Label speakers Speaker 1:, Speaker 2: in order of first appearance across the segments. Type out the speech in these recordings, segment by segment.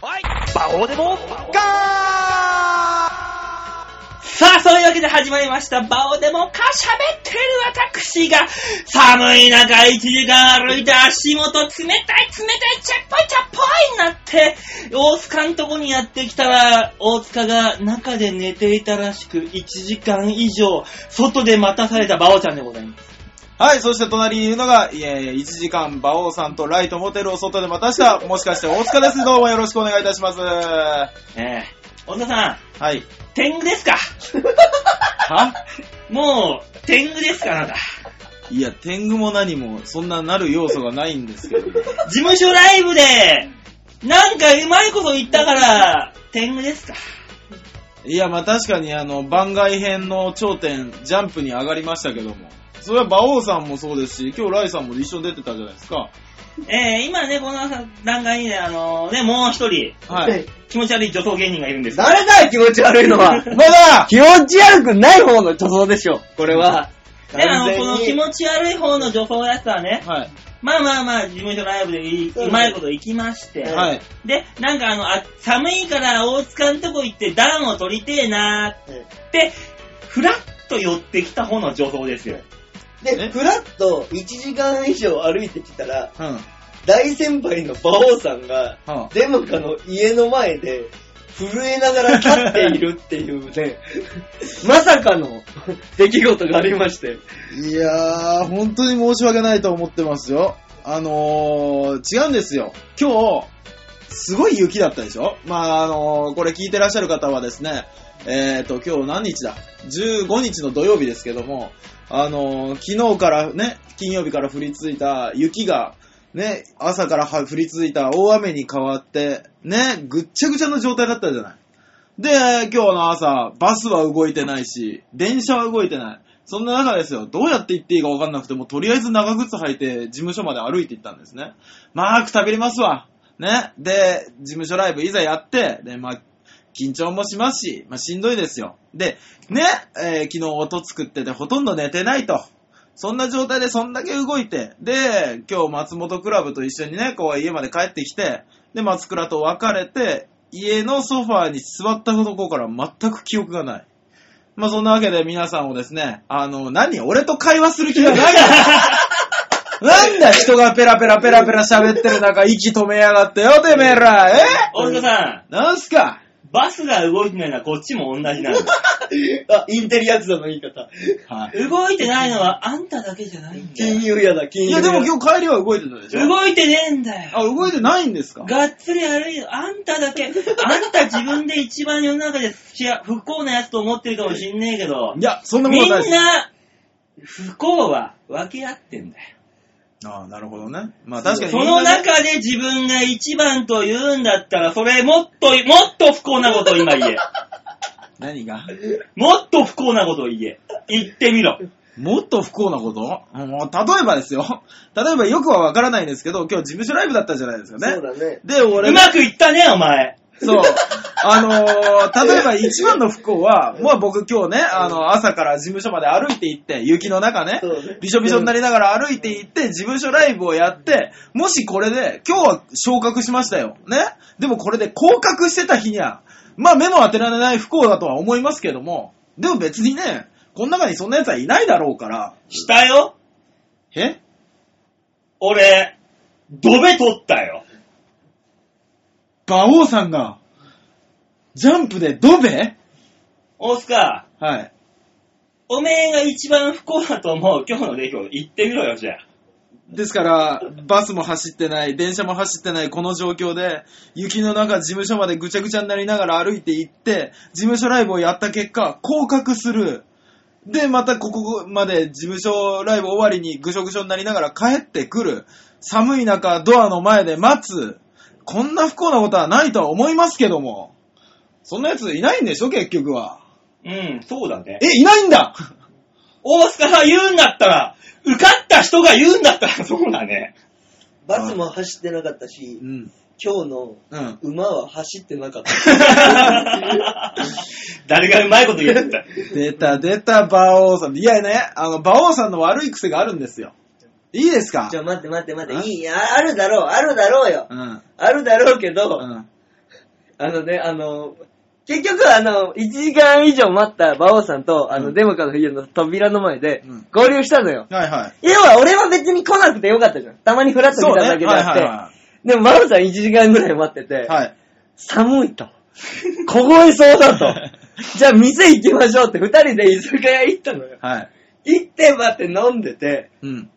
Speaker 1: こうでもガ
Speaker 2: さあ、そういうわけで始まりました。バオでもか喋ってる私が、寒い中一時間歩いた足元、冷たい冷たい、ちゃっぽいちゃっぽいになって、大塚んとこにやってきたら、大塚が中で寝ていたらしく、1時間以上、外で待たされたバオちゃんでございます。
Speaker 3: はい、そして隣にいるのが、えー、1時間、馬王さんとライトモテルを外で待たした、もしかして大塚です。どうもよろしくお願いいたします。は
Speaker 2: ええ大塚さん、
Speaker 3: い。
Speaker 2: 天狗ですか
Speaker 3: は
Speaker 2: もう、天狗ですかあなた。
Speaker 3: いや、天狗も何も、そんななる要素がないんですけど。
Speaker 2: 事務所ライブで、なんかうまいこと言ったから、天狗ですか
Speaker 3: いや、まあ確かに、あの、番外編の頂点、ジャンプに上がりましたけども。それは馬王さんもそうですし、今日ライさんも一緒に出てたじゃないですか。
Speaker 2: えー、今ね、この段階にね、あのね、もう一人、
Speaker 3: はい。
Speaker 2: 気持ち悪い女装芸人がいるんです。
Speaker 1: 誰だよ、 気持ち悪いの は。
Speaker 3: まだ
Speaker 1: 気持ち悪くない方の塗装でしょ、これは。
Speaker 2: ね、あの、この
Speaker 1: 完
Speaker 2: 気
Speaker 1: 全に
Speaker 2: 持ち悪い方の女装やつはね、
Speaker 3: はい。
Speaker 2: まあまあまあ、事務所ライブでい
Speaker 1: そうです
Speaker 2: うまいこと行きまして、
Speaker 3: はい。
Speaker 2: で、なんかあの、あ寒いから大塚んとこ行って暖を取りてえなーって、ふらっと寄ってきた方の女装ですよ。
Speaker 1: で、
Speaker 3: え
Speaker 1: ふらっと1時間以上歩いてきたら、
Speaker 3: うん。は
Speaker 1: 大先輩の馬王さんが、
Speaker 3: あ
Speaker 1: デモカの家の前で、震えながら立っているっていう ね、まさかの出来事がありまして。
Speaker 3: いやー、本当に申し訳ないと思ってますよ。あのー、違うんですよ。今日、すごい雪だったでしょまあ、あのー、これ聞いてらっしゃる方はですね、えーと、今日何日だ ?15 日の土曜日ですけども、あのー、昨日からね、金曜日から降り続いた雪が、ね、朝からは降り続いた大雨に変わって、ね、ぐっちゃぐちゃの状態だったじゃない。で、今日の朝、バスは動いてないし、電車は動いてない。そんな中ですよ、どうやって行っていいか分かんなくて、もうとりあえず長靴履いて、事務所まで歩いて行ったんですね。まあ、くたびれますわ。ね。で、事務所ライブいざやって、で、まあ、緊張もしますし、まあ、しんどいですよ。で、ね、えー昨日音作ってて、ほとんど寝てないと。そんな状態でそんだけ動いて、で、今日松本クラブと一緒にね、こう家まで帰ってきて、で、松倉と別れて、家のソファーに座ったとこから全く記憶がない。まあ、そんなわけで皆さんをですね、あの、何俺と会話する 気がないのなんだ人がペラペラペラペラ喋ってる中、息止めやがってよ、てめえらえ
Speaker 2: 大塚さ
Speaker 3: なんすか
Speaker 2: ん、バスが動いてないのはこっちも同じなんです。
Speaker 1: あ、インテリアツだの言い方。
Speaker 3: はい。
Speaker 2: 動いてないのはあんただけじゃないんだよ
Speaker 1: 金。融屋だ、金融
Speaker 3: いや、
Speaker 1: 屋。
Speaker 3: でも今日帰りは動いてたでしょ
Speaker 2: 動いてねえんだよ。
Speaker 3: あ、動いてないんですか
Speaker 2: がっつり歩いて、あんただけ、あんた自分で一番世の中で幸不幸なやつと思ってるかもしんねえけど
Speaker 3: い、や、そんなこ
Speaker 2: み
Speaker 3: と
Speaker 2: ん
Speaker 3: ないです。
Speaker 2: な、不幸は分け合ってんだよ。
Speaker 3: ああ、なるほどね。まあ確かに
Speaker 2: そ
Speaker 3: みん
Speaker 2: の
Speaker 3: なね、
Speaker 2: 中で自分が一番と言うんだったら、それもっと、もっと不幸なことを今言え。
Speaker 3: 何が
Speaker 2: もっと不幸なことを言え。言ってみろ。
Speaker 3: もっと不幸なこともう例えばですよ。例えばよくはわからないんですけど、今日事務所ライブだったじゃないですかね。
Speaker 1: そうだね。
Speaker 3: で、俺
Speaker 2: う
Speaker 3: が、
Speaker 2: まくいったね、お前。
Speaker 3: そう。あのー例えば一番の不幸は、まあ僕今日ね、あの、朝から事務所まで歩いて行って、雪の中ね
Speaker 1: そうね、
Speaker 3: びしょびしょになりながら歩いて行って、事務所ライブをやって、もしこれで、今日は昇格しましたよ。ね。でもこれで降格してた日には、まあ目も当てられない不幸だとは思いますけども、でも別にね、この中にそんな奴はいないだろうから、
Speaker 2: したよ。
Speaker 3: え
Speaker 2: 俺、ドベ取ったよ。
Speaker 3: 馬王さんが、ジャンプでドベ
Speaker 2: 大塚、
Speaker 3: はい。
Speaker 2: おめえが一番不幸だと思う今日の出来事言ってみろよ、じゃあ。
Speaker 3: ですから、バスも走ってない、電車も走ってない、この状況で、雪の中、事務所までぐちゃぐちゃになりながら歩いて行って、事務所ライブをやった結果、降格する。で、またここまで事務所ライブ終わりにぐしょぐしょになりながら帰ってくる。寒い中、ドアの前で待つ。こんな不幸なことはないとは思いますけども。そんな奴いないんでしょ、結局は。
Speaker 2: うん、そうだね。
Speaker 3: え、いないんだ
Speaker 2: 大塚が言うんだったら、受かった人が言うんだったら、そう だね。
Speaker 1: バスも走ってなかったし
Speaker 3: う、ん。
Speaker 1: 今日の
Speaker 3: うん。
Speaker 1: 馬は走ってなかった。
Speaker 2: 誰がうまいこと言うんだ。
Speaker 3: 出た出た、馬王さん。いやね、あの、馬王さんの悪い癖があるんですよ。いいですか
Speaker 1: じゃあ待って待って待っ
Speaker 3: ん
Speaker 1: て、いい、ああるだろう、あるだろうよ。
Speaker 3: うん。
Speaker 1: あるだろうけ
Speaker 3: う
Speaker 1: ど、
Speaker 3: ん。
Speaker 1: あのね、あの、結局、あの、1時間以上待った馬王さんと、あの、
Speaker 3: うん
Speaker 1: デモカの家の扉の前で
Speaker 3: うん、
Speaker 1: 合流したのよ。
Speaker 3: はいはい。
Speaker 1: 要は、俺は別に来なくてよかったじゃん。たまにフラッと
Speaker 3: そ
Speaker 1: 来
Speaker 3: う
Speaker 1: た
Speaker 3: ね。は
Speaker 1: だ
Speaker 3: い
Speaker 1: けで
Speaker 3: は
Speaker 1: あ
Speaker 3: い
Speaker 1: って。
Speaker 3: は
Speaker 1: でも、馬王さん1時間ぐらい待ってて、
Speaker 3: い。はい。
Speaker 1: 寒いと。凍えそうだ と。じゃあ、店行きましょうって、2人で居酒屋行ったのよ。
Speaker 3: はい。
Speaker 1: 行って待って飲んでて、
Speaker 3: うん。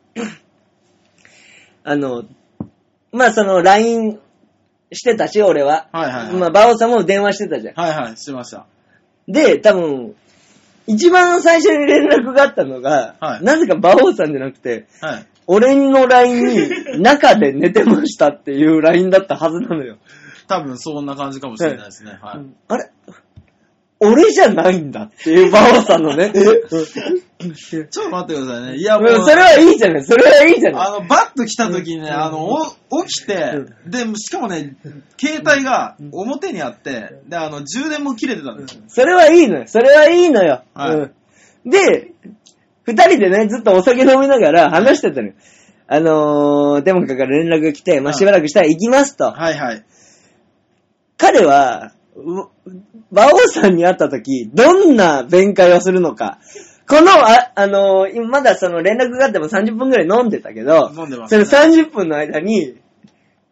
Speaker 1: あの、まあ、その、LINE してたし、俺は。
Speaker 3: はいはいはい
Speaker 1: まあ、馬王さんも電話してたじゃん。
Speaker 3: はいはい、してました。
Speaker 1: で、多分、一番最初に連絡があったのが、
Speaker 3: はい
Speaker 1: なぜか馬王さんじゃなくて、
Speaker 3: はい。
Speaker 1: 俺の LINE に、中で寝てましたっていう LINE だったはずなのよ。
Speaker 3: 多分そんな感じかもしれないですね。はい。
Speaker 1: あれ俺じゃないんだっていう馬王さんのね。うん
Speaker 3: ちょっと待ってくださいね。いや、もう、
Speaker 1: うんそれはいいじゃない、それはいいじゃない。
Speaker 3: あの、バッと来た時にね、
Speaker 1: うん
Speaker 3: あの、お起きて、で、しかもね、携帯が表にあって、で、あの、充電も切れてたんですよ。
Speaker 1: それはいいのよ、それはいいのよ。
Speaker 3: はい
Speaker 1: うん、で、二人でね、ずっとお酒飲みながら話してたのよ。あのー、デモカから連絡が来て、まあ、しばらくしたら行きますと。
Speaker 3: はいはい。
Speaker 1: 彼は、う馬王さんに会った時、どんな弁解をするのか。この、あ、あのー今まだその連絡があっても30分くらい飲んでたけど、
Speaker 3: 飲んでま
Speaker 1: そ
Speaker 3: す、
Speaker 1: の
Speaker 3: ね。
Speaker 1: 30分の間に、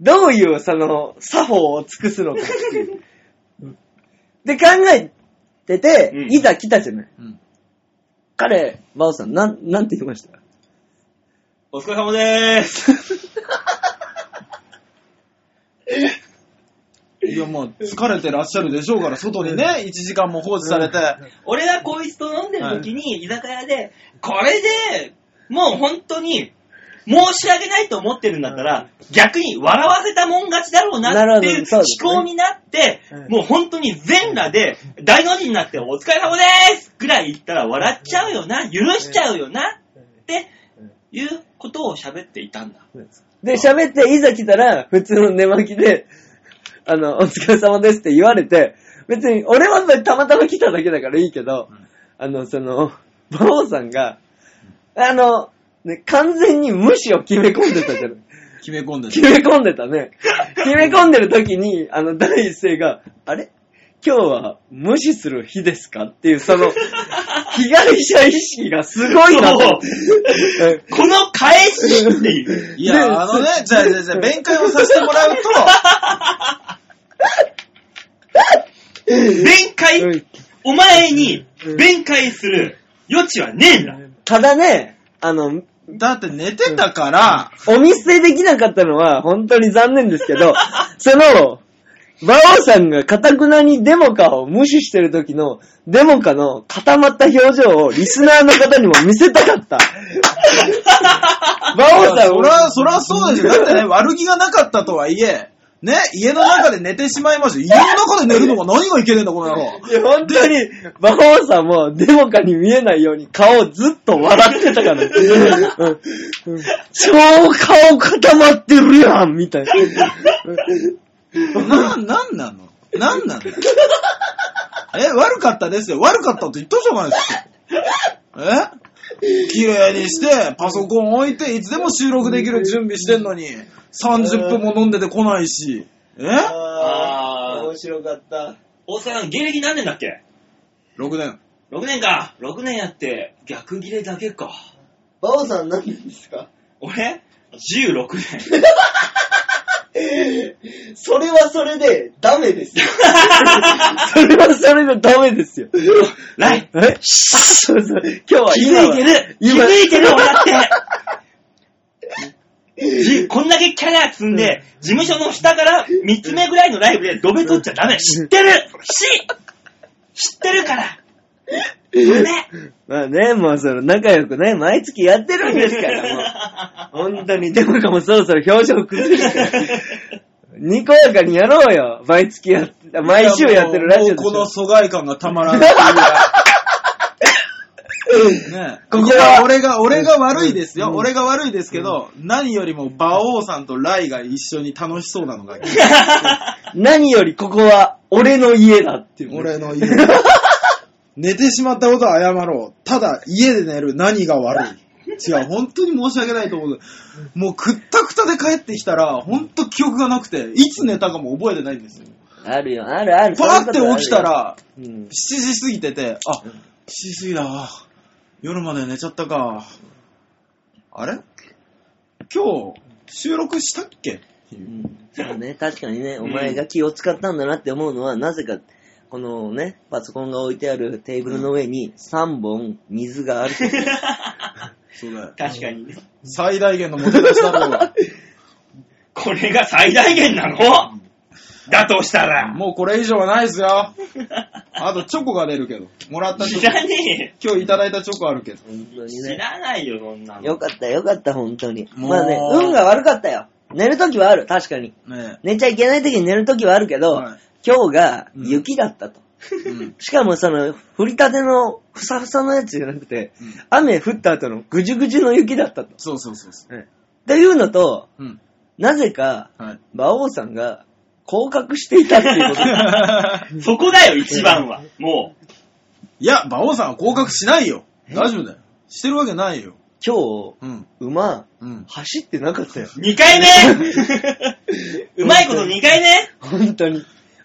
Speaker 1: どういうその、作法を尽くすのかって いう。で、考えてて
Speaker 2: う、ん
Speaker 1: いざ来たじゃない。
Speaker 3: うん
Speaker 1: 彼、馬王さん、なん、なんて言いました
Speaker 2: お疲れ様でーす。
Speaker 3: いや、もう、疲れてらっしゃるでしょうから、外にね、1時間も放置されて、
Speaker 2: 俺がこいつと飲んでる時に、居酒屋で、これで、もう本当に、申し訳ないと思ってるんだったら、逆に笑わせたもん勝ちだろう
Speaker 1: なる
Speaker 2: な
Speaker 1: ほ
Speaker 2: って
Speaker 1: ど
Speaker 2: いう
Speaker 1: そう
Speaker 2: 思
Speaker 1: ですね
Speaker 2: 考になって
Speaker 1: うん、
Speaker 2: もう本当に全裸で、大の字になって、お疲れ様でーすぐらい言ったら笑っちゃうよな、許しちゃうよな、っていうことを喋っていたんだ。
Speaker 1: で、喋って、いざ来たら、普通の寝巻きで、あの、お疲れ様ですって言われて、別に、俺はたまたま来ただけだからいいけど、
Speaker 3: うん
Speaker 1: あの、その、馬王さんが、あの、ね、完全に無視を決め込んでたじ ゃない。
Speaker 3: 決め込んで
Speaker 1: 決め込んでたね。決め込んでる時に、あの、第一声が、あれ今日は無視する日ですかっていう、 その、被害者意識がすごいなと思って。 うん
Speaker 2: この返しっていう。
Speaker 3: いや、あの ね、じゃあ、じゃあ、じゃあ、弁解をさせてもらうと、
Speaker 2: 弁解、
Speaker 1: うん
Speaker 2: お前に弁解する余地はねえんだ。
Speaker 1: ただね、あの、
Speaker 3: だって寝てたから、
Speaker 1: お見捨てできなかったのは本当に残念ですけど、 その、馬王さんがかたくなにデモカを無視してる時の、デモカの固まった表情をリスナーの方にも見せたか った。馬王さん
Speaker 3: そら、そらそうですよ。だってね、悪気がなかったとはいえ、ね、家の中で寝てしまいました。家の中で寝るのが何がいけねえんだ、この野郎。
Speaker 1: いや本当に、馬王さんもデモカに見えないように顔をずっと笑ってたから。う んうん超顔固まってるやんみたいな。
Speaker 3: な、なんなのなんなんだよえ、悪かったですよ。悪かったって言ったじゃないですか。え綺麗にして、パソコン置いて、いつでも収録できる準備してんのに、30分も飲んでて来ないし。え
Speaker 2: あー面
Speaker 1: 白かった。
Speaker 2: 大阪さん、芸歴何年だっけ
Speaker 3: ?6 年。
Speaker 2: ?6 年か。6年やって、逆切れだけか。
Speaker 1: 馬王さん何年ですか
Speaker 2: 俺 ?16 年。
Speaker 1: それはそれでダメですよ。それはそれでダメですよ。
Speaker 2: 来
Speaker 1: えそうそう。今日は
Speaker 2: 気
Speaker 1: 今は
Speaker 2: づいてる気
Speaker 1: 今
Speaker 2: づいてる俺だ ってじこんだけキャラ積んで、事務所の下から3つ目ぐらいのライブでドベ取っちゃダメ知ってるし知ってるからダメ
Speaker 1: まあね、もうその仲良くね、毎月やってるんです から、もう。本当に、でもかもそろそろ表情崩してにこやかにやろうよ。毎月やっ、毎週やってるラジオでし
Speaker 3: もうこの
Speaker 1: ょ。
Speaker 3: 疎外感がた まらない。ねえ、
Speaker 1: ここは
Speaker 3: こは俺が、俺が悪いですよ。俺が悪いですけど、何よりも馬王さんとライが一緒に楽しそうなのがいい。
Speaker 1: 何よりここは俺の家だっていうね、
Speaker 3: 俺の家。寝てしまったことは謝ろう。ただ、家で寝る何が悪い。違う、本当に申し訳ないと思う。もうくったくたで帰ってきたら、本当記憶がなくて、いつ寝たかも覚えてないんですよ。
Speaker 1: あるよ、あるある。
Speaker 3: パーって
Speaker 1: そういうことあるよ
Speaker 3: 起きた、ら、
Speaker 1: うん
Speaker 3: 7、時過ぎてて、あ、7時過ぎだ。夜まで寝ちゃったか。あれ今日、収録したっけ
Speaker 1: うんそうね、確かにね、お前が気を使ったんだなって思うのは、なぜか、このね、パソコンが置いてあるテーブルの上に3本水がある。
Speaker 3: そう だよ。
Speaker 2: 確かにね。
Speaker 3: 最大限のもてなしだろうが。
Speaker 2: これが最大限なのだとしたら。
Speaker 3: もうこれ以上はないですよ。あとチョコが出るけど。もらったチョ
Speaker 2: 知
Speaker 3: コ
Speaker 2: ら。ね
Speaker 3: 今日いただいたチョコあるけど。
Speaker 1: 本当
Speaker 2: え。
Speaker 1: に
Speaker 2: 知
Speaker 1: ね。
Speaker 2: らないよ、そんなの。
Speaker 1: よかった、よかった、本当に。
Speaker 3: もう
Speaker 1: まあね、運が悪かったよ。寝るときはある、確かに。
Speaker 3: ね
Speaker 1: 寝ちゃいけないときに寝るときはあるけど、
Speaker 3: はい
Speaker 1: 今日が雪だったと。
Speaker 3: え。うん。
Speaker 1: しかもその、降りたてのふさふさのやつじゃなくて、
Speaker 3: うん
Speaker 1: 雨降った後のぐじゅぐじゅの雪だったと。
Speaker 3: そうそうそうそ
Speaker 1: というのと、
Speaker 3: う。うん。
Speaker 1: なぜか、
Speaker 3: はい。
Speaker 1: 馬王さんが降格していたっていうこと。
Speaker 2: そこだよ、一番は。も
Speaker 3: いや、馬王さんは降格しないよ。大丈夫だよ。してるわけないよ。
Speaker 1: 今
Speaker 3: うん。
Speaker 1: 日、馬、
Speaker 3: うん。
Speaker 1: 走ってなかったよ。
Speaker 2: う、2回目 うまいこと2回目
Speaker 1: 本当に。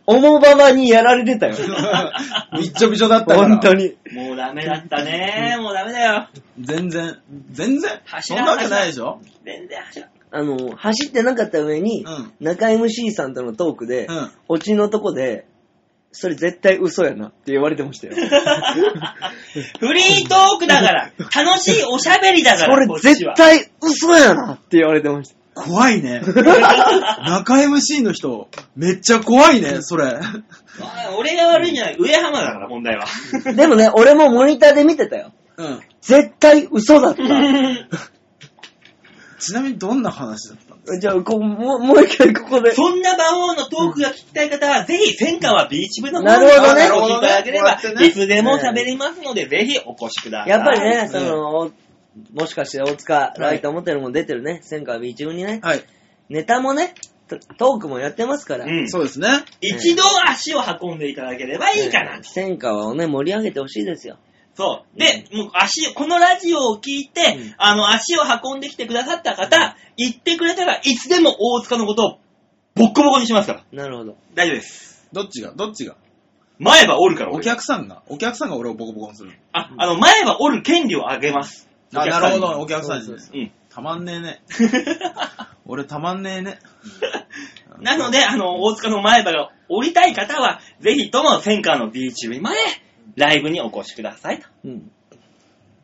Speaker 1: 重馬場にやられてたよ。
Speaker 3: びっちょびちょだったから。
Speaker 1: 本当に。
Speaker 2: もうダメだったね。もうダメだよ。
Speaker 3: 全然。全然。
Speaker 2: 走
Speaker 3: そん
Speaker 2: らん
Speaker 3: なわけないでしょ
Speaker 2: 全然走らん。
Speaker 1: あの、走ってなかった上に、
Speaker 3: うん
Speaker 1: 中 MC さんとのトークで、
Speaker 3: うん
Speaker 1: オチのとこで、それ絶対嘘やなって言われてま したよ。
Speaker 2: フリートークだから。楽しいおしゃべりだか
Speaker 1: そ
Speaker 2: ら。
Speaker 1: れ
Speaker 2: こっち
Speaker 1: 絶
Speaker 2: は
Speaker 1: 対嘘やなって言われてました。
Speaker 3: 怖いね。 中 MC の人、めっちゃ怖いね、それ。
Speaker 2: あ俺が悪いんじゃない。上浜だから、問題は。
Speaker 1: でもね、俺もモニターで見てたよ。
Speaker 3: うん。
Speaker 1: 絶対嘘だった。
Speaker 3: ちなみにどんな話だったの
Speaker 1: じゃあ、こうもうもう一回ここで。
Speaker 2: そんな馬王のトークが聞きたい方は、ぜひ、戦火はビーチ部の方
Speaker 1: なるほどね
Speaker 2: お聞きいただけれ
Speaker 3: な
Speaker 2: ば
Speaker 3: るほど、ね
Speaker 2: いつでも喋りますので、ぜひお越しください。
Speaker 1: やっぱりね、
Speaker 3: い
Speaker 1: その、おもしかして大塚ライトモテルも出てるね、千川ビーチ部にね、
Speaker 3: はい。
Speaker 1: ネタもね、トトークもやってますから。
Speaker 2: うん。
Speaker 3: そうですね。
Speaker 2: 一度足を運んでいただければいいかなと。
Speaker 1: 戦火をね、盛り上げてほしいですよ。
Speaker 2: そう。で、もう足、このラジオを聞いて、
Speaker 1: うん
Speaker 2: あの、足を運んできてくださった方、言ってくれたらいつでも大塚のことをボッコボコにしますから。
Speaker 1: なるほど。
Speaker 2: 大丈夫です。
Speaker 3: どっちがどっちが
Speaker 2: 前歯折るから
Speaker 3: お
Speaker 2: 俺。
Speaker 3: 客さんがお客さんが俺をボコボコにする。
Speaker 2: あ、あの、前歯折る権利をあげます。
Speaker 3: あ、
Speaker 2: お客
Speaker 3: な
Speaker 2: さん
Speaker 3: る
Speaker 2: に
Speaker 3: ほど、お客さんに
Speaker 1: そう
Speaker 3: ね
Speaker 1: そ。
Speaker 2: うん。
Speaker 3: たまんねえね。俺たまんねえね。
Speaker 2: なので、あの、大塚の前歯が降りたい方は、ぜひとも、センカーの B チまで、ライブにお越しくださ いと。
Speaker 1: うん。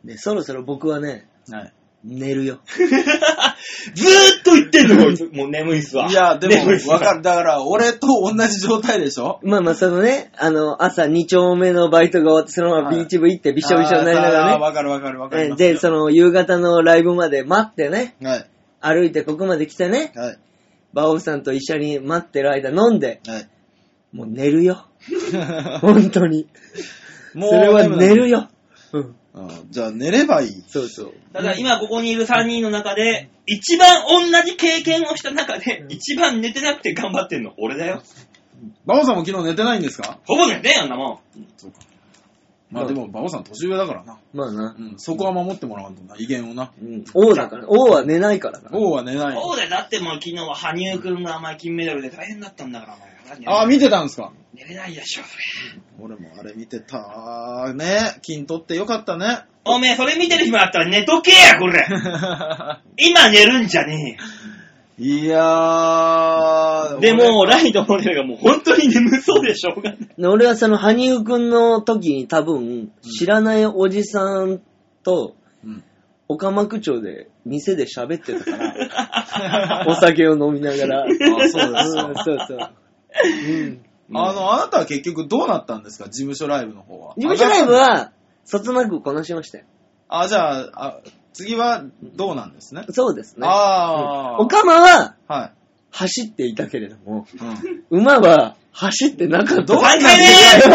Speaker 1: で、そろそろ僕はね、
Speaker 3: はい。
Speaker 1: 寝るよ。
Speaker 2: ずーっと言ってんの、こいつ。もう眠いっすわ。
Speaker 3: いや、で
Speaker 2: 眠いっす
Speaker 3: も、
Speaker 2: わ
Speaker 3: わかる。だから、俺と同じ状態でしょ
Speaker 1: まあまあ、そのね、あの、朝2丁目のバイトが終わって、そのままビーチ部行ってびしょびしょになりな
Speaker 3: あーあー
Speaker 1: が
Speaker 3: わかるわかるわからる
Speaker 1: ね。。で、その、夕方のライブまで待ってね、
Speaker 3: の。はい。
Speaker 1: 歩いてここまで来てね、
Speaker 3: はい。
Speaker 1: バオさんと一緒に待ってる間飲んで、
Speaker 3: はい。
Speaker 1: もう寝る よ。 本当に。
Speaker 3: も
Speaker 1: それは
Speaker 3: でも
Speaker 1: 寝るよ。うん。
Speaker 3: うんじゃあ寝ればいい。
Speaker 1: そうそう。
Speaker 2: ただ今ここにいる3人の中で、一番同じ経験をした中で、一番寝てなくて頑張ってんの俺だよ。
Speaker 3: バオさんも昨日寝てないんですか
Speaker 2: ほぼ寝てんよ、あんなもん。
Speaker 3: まあでも、バオさん年上だからな。
Speaker 1: まあな
Speaker 3: う。ん、そこは守ってもらわんとな、威厳をな。
Speaker 1: うん。王だから。王は寝ないからな。
Speaker 3: 王は寝ない。
Speaker 2: そうだよ、だってもう昨日は羽生くんが前金メダルで大変だったんだから、お前
Speaker 3: あー、見てたんですか
Speaker 2: 寝れないでしょ、それ。
Speaker 3: 俺もあれ見てたね。金取ってよかったね。
Speaker 2: おめえ、それ見てる暇あったら寝とけや、これ。今寝るんじゃね
Speaker 3: いやー。
Speaker 2: え。で
Speaker 3: 俺
Speaker 2: も、ライトモデルがもう本当に眠そうでしょう がない。
Speaker 1: で俺はその、羽生くんの時に多分、知らないおじさんと、
Speaker 3: うん
Speaker 1: 岡幕町で、店で喋ってたから、お酒を飲みなが ら。あ、そうです。そうそう。うん。
Speaker 3: あの、あなたは結局どうなったんですか事務所ライブの方は。
Speaker 1: 事務所ライブは、そつなくこなしましたよ。
Speaker 3: あ、じゃあ、あ次はどうなんですね。
Speaker 1: そうですね。
Speaker 3: あー。
Speaker 1: 岡間は、
Speaker 3: は
Speaker 1: 走っていたけれども、
Speaker 3: い。うん
Speaker 1: 馬は、走ってなかった。
Speaker 2: 3回目 !3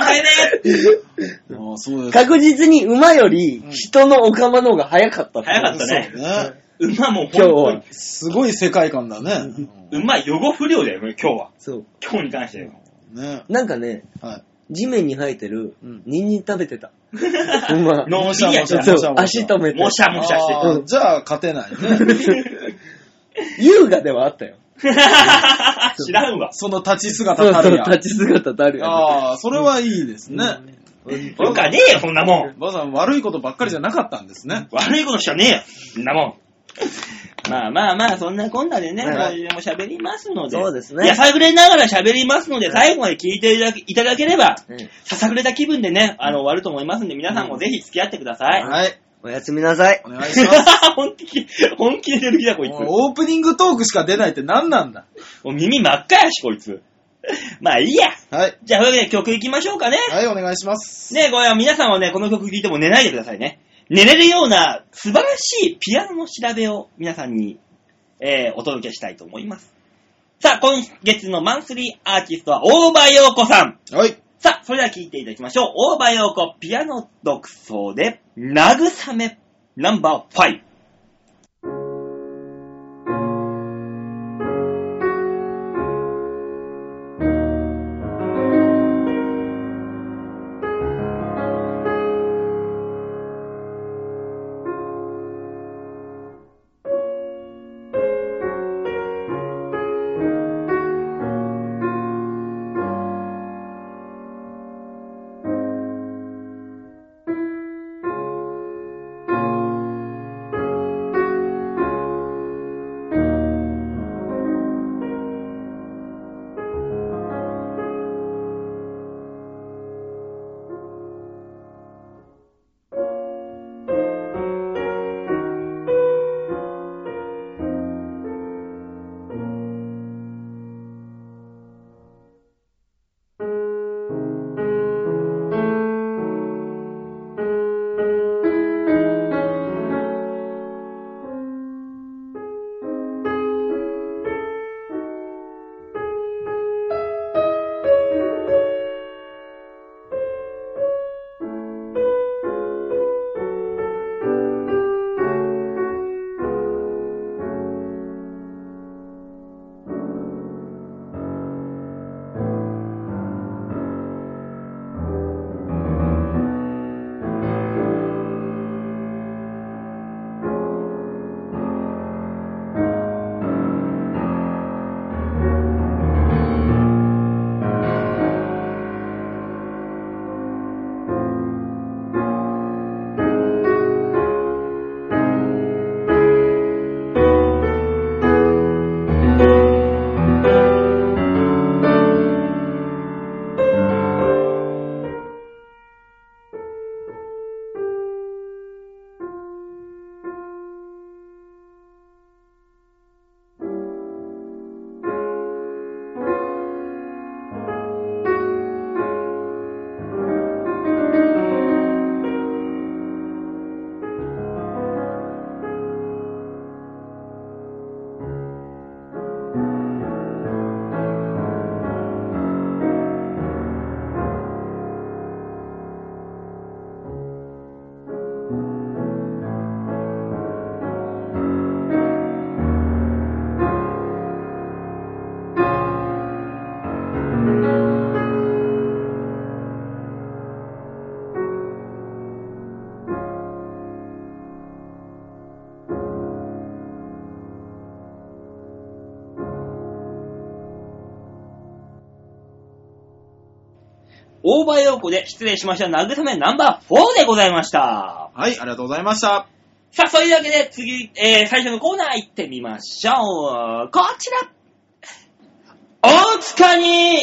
Speaker 2: 回目
Speaker 3: あーそうです。
Speaker 1: 確実に馬より、人の岡間の方が早かった。
Speaker 2: 早かったね。
Speaker 3: ね。
Speaker 2: 馬もう
Speaker 1: 今日
Speaker 2: 本当に
Speaker 1: は。。
Speaker 3: すごい世界観だ ね。
Speaker 2: 馬予後不良だよ、今日は。
Speaker 1: そう。
Speaker 2: 今日に関しては。
Speaker 3: ね。
Speaker 1: なんかね、
Speaker 3: はい。
Speaker 1: 地面に生えてる
Speaker 3: うん、
Speaker 1: ニンニン食べてた。うま。
Speaker 2: 脳死にやっちゃ
Speaker 3: 脳
Speaker 2: う
Speaker 3: 死
Speaker 1: そ
Speaker 3: も
Speaker 1: う
Speaker 3: しゃもしゃ、
Speaker 1: 足止めて
Speaker 2: も。しゃもしゃして
Speaker 3: あーじゃあ、勝てないね。
Speaker 1: 優雅ではあったよ。
Speaker 2: 知らんわ。
Speaker 3: その立ち姿
Speaker 1: そう
Speaker 3: た
Speaker 1: そう、
Speaker 3: るや。
Speaker 1: 立ち姿たるやん。
Speaker 3: ああ、それはいいですね。
Speaker 2: よかねえよ、そんなもん。
Speaker 3: ばあさん、悪いことばっかりじゃなかったんですね。
Speaker 2: 悪いことしかねえよ、そんなもん。まあまあまあ、そんなこんなでね、
Speaker 1: はい
Speaker 2: もうも喋りますので。
Speaker 1: そうですね
Speaker 2: やさぐれながら喋りますので、最後まで聞いていただけいただければ、
Speaker 1: うん
Speaker 2: ささぐれた気分でね、あの、終わると思いますんで、皆さんもぜひ付き合ってください。
Speaker 3: はい。
Speaker 1: おやすみなさい。
Speaker 3: お願いします。
Speaker 2: 本気、本気で出る気だ、こいつ。
Speaker 3: もうオープニングトークしか出ないって何なんだ
Speaker 2: もう耳真っ赤やし、こいつ。まあいいや。
Speaker 3: はい。
Speaker 2: じゃあ、というわけで曲行きましょうかね。
Speaker 3: はい、お願いします。
Speaker 2: ねこれは皆さんはね、この曲聴いても寝ないでくださいね。寝れるような素晴らしいピアノの調べを皆さんに、えー、お届けしたいと思います。さあ、今月のマンスリーアーティストは大場陽子さん。
Speaker 3: はい。
Speaker 2: さあ、それでは聴いていただきましょう。大場陽子、ピアノ独奏で、慰め、ナンバー5。大場陽子で失礼しました。慰めナンバー4でございました。
Speaker 3: はい、ありがとうございました。
Speaker 2: さあ、そういうわけで次、えー、最初のコーナー行ってみましょう。こちら大塚に家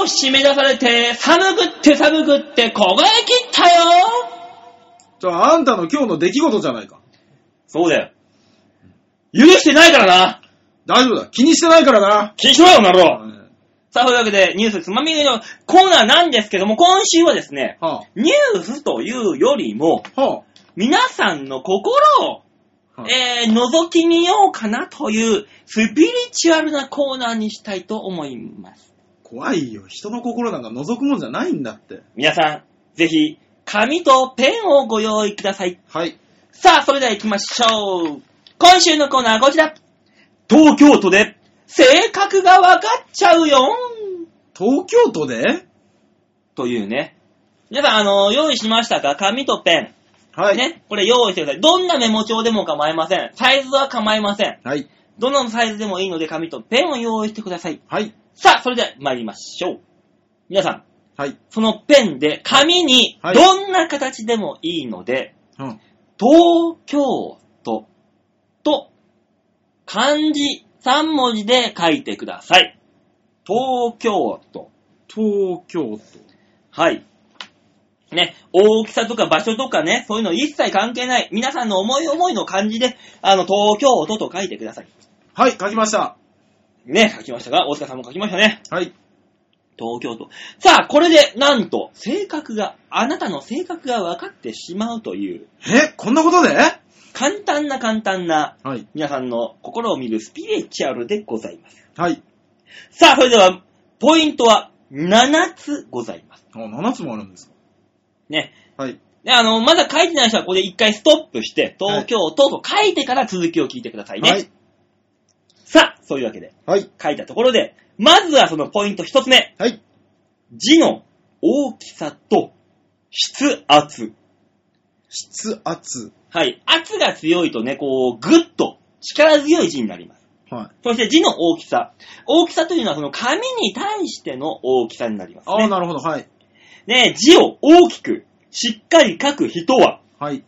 Speaker 2: を締め出されて、寒くって寒くって凍え切ったよ
Speaker 3: じゃあ、あんたの今日の出来事じゃないか。
Speaker 2: そうだよ。許してないからな
Speaker 3: 大丈夫だ。気にしてないからな。
Speaker 2: 気にしろよ、な
Speaker 3: う
Speaker 2: ろ
Speaker 3: ん
Speaker 2: さあ、そういうわけで、ニュースつまみ食いのコーナーなんですけども、今週はですね、
Speaker 3: は
Speaker 2: ニュースというよりも、
Speaker 3: あ、は
Speaker 2: 皆さんの心を
Speaker 3: あ、はあ
Speaker 2: えー、覗き見ようかなという、スピリチュアルなコーナーにしたいと思います。
Speaker 3: 怖いよ。人の心なんか覗くもんじゃないんだって。
Speaker 2: 皆さん、ぜひ、紙とペンをご用意ください。
Speaker 3: はい。
Speaker 2: さあ、それでは行きましょう。今週のコーナーはこちら。東京都で、性格がわかっちゃうよ
Speaker 3: 東京都で
Speaker 2: というね。皆さん、あの、用意しましたか紙とペ
Speaker 3: は
Speaker 2: ン。ね。これ用意してください。どんなメモ帳でも構いません。サイズは構いません。
Speaker 3: はい。
Speaker 2: どのサイズでもいいので紙とペンを用意してください。
Speaker 3: はい。
Speaker 2: さあ、それでは参りましょう。皆さん、
Speaker 3: はい。
Speaker 2: そのペンで紙に
Speaker 3: はい
Speaker 2: どんな形でもいいので、
Speaker 3: うん。
Speaker 2: 東京都と漢字3文字で書いてください。東京都。
Speaker 3: 東京
Speaker 2: はい。ね、大きさとか場所とかね、そういうの一切関係ない。皆さんの思い思いの漢字で、あの、東京都と書いてください。
Speaker 3: 都。はい、書きました。
Speaker 2: ね、書きましたが、大塚さんも書きましたね。
Speaker 3: はい。
Speaker 2: 東京都。さあ、これで、なんと、性格が、あなたの性格が分かってしまうという、
Speaker 3: え、こんなことで
Speaker 2: 簡単な簡単な、
Speaker 3: はい。
Speaker 2: 皆さんの心を見るスピリチュアルでございます。
Speaker 3: はい。
Speaker 2: さあ、それでは、ポイントは7つございます。
Speaker 3: あ、7つもあるんですか
Speaker 2: ね。
Speaker 3: はい。
Speaker 2: であの、まだ書いてない人はここで一回ストップして、東京都と書いてから続きを聞いてくださいね。
Speaker 3: はい。
Speaker 2: さあ、そういうわけで、
Speaker 3: はい。
Speaker 2: 書いたところで、まずはそのポイント一つ目。
Speaker 3: はい。
Speaker 2: 字の大きさと筆圧。
Speaker 3: 筆圧。
Speaker 2: はい。圧が強いとね、こう、ぐっと力強い字になります。
Speaker 3: はい。
Speaker 2: そして字の大きさ。大きさというのはその紙に対しての大きさになります
Speaker 3: ああ、
Speaker 2: ね。
Speaker 3: なるほど。はい。
Speaker 2: ね字を大きく、しっかり書く人は、
Speaker 3: はい。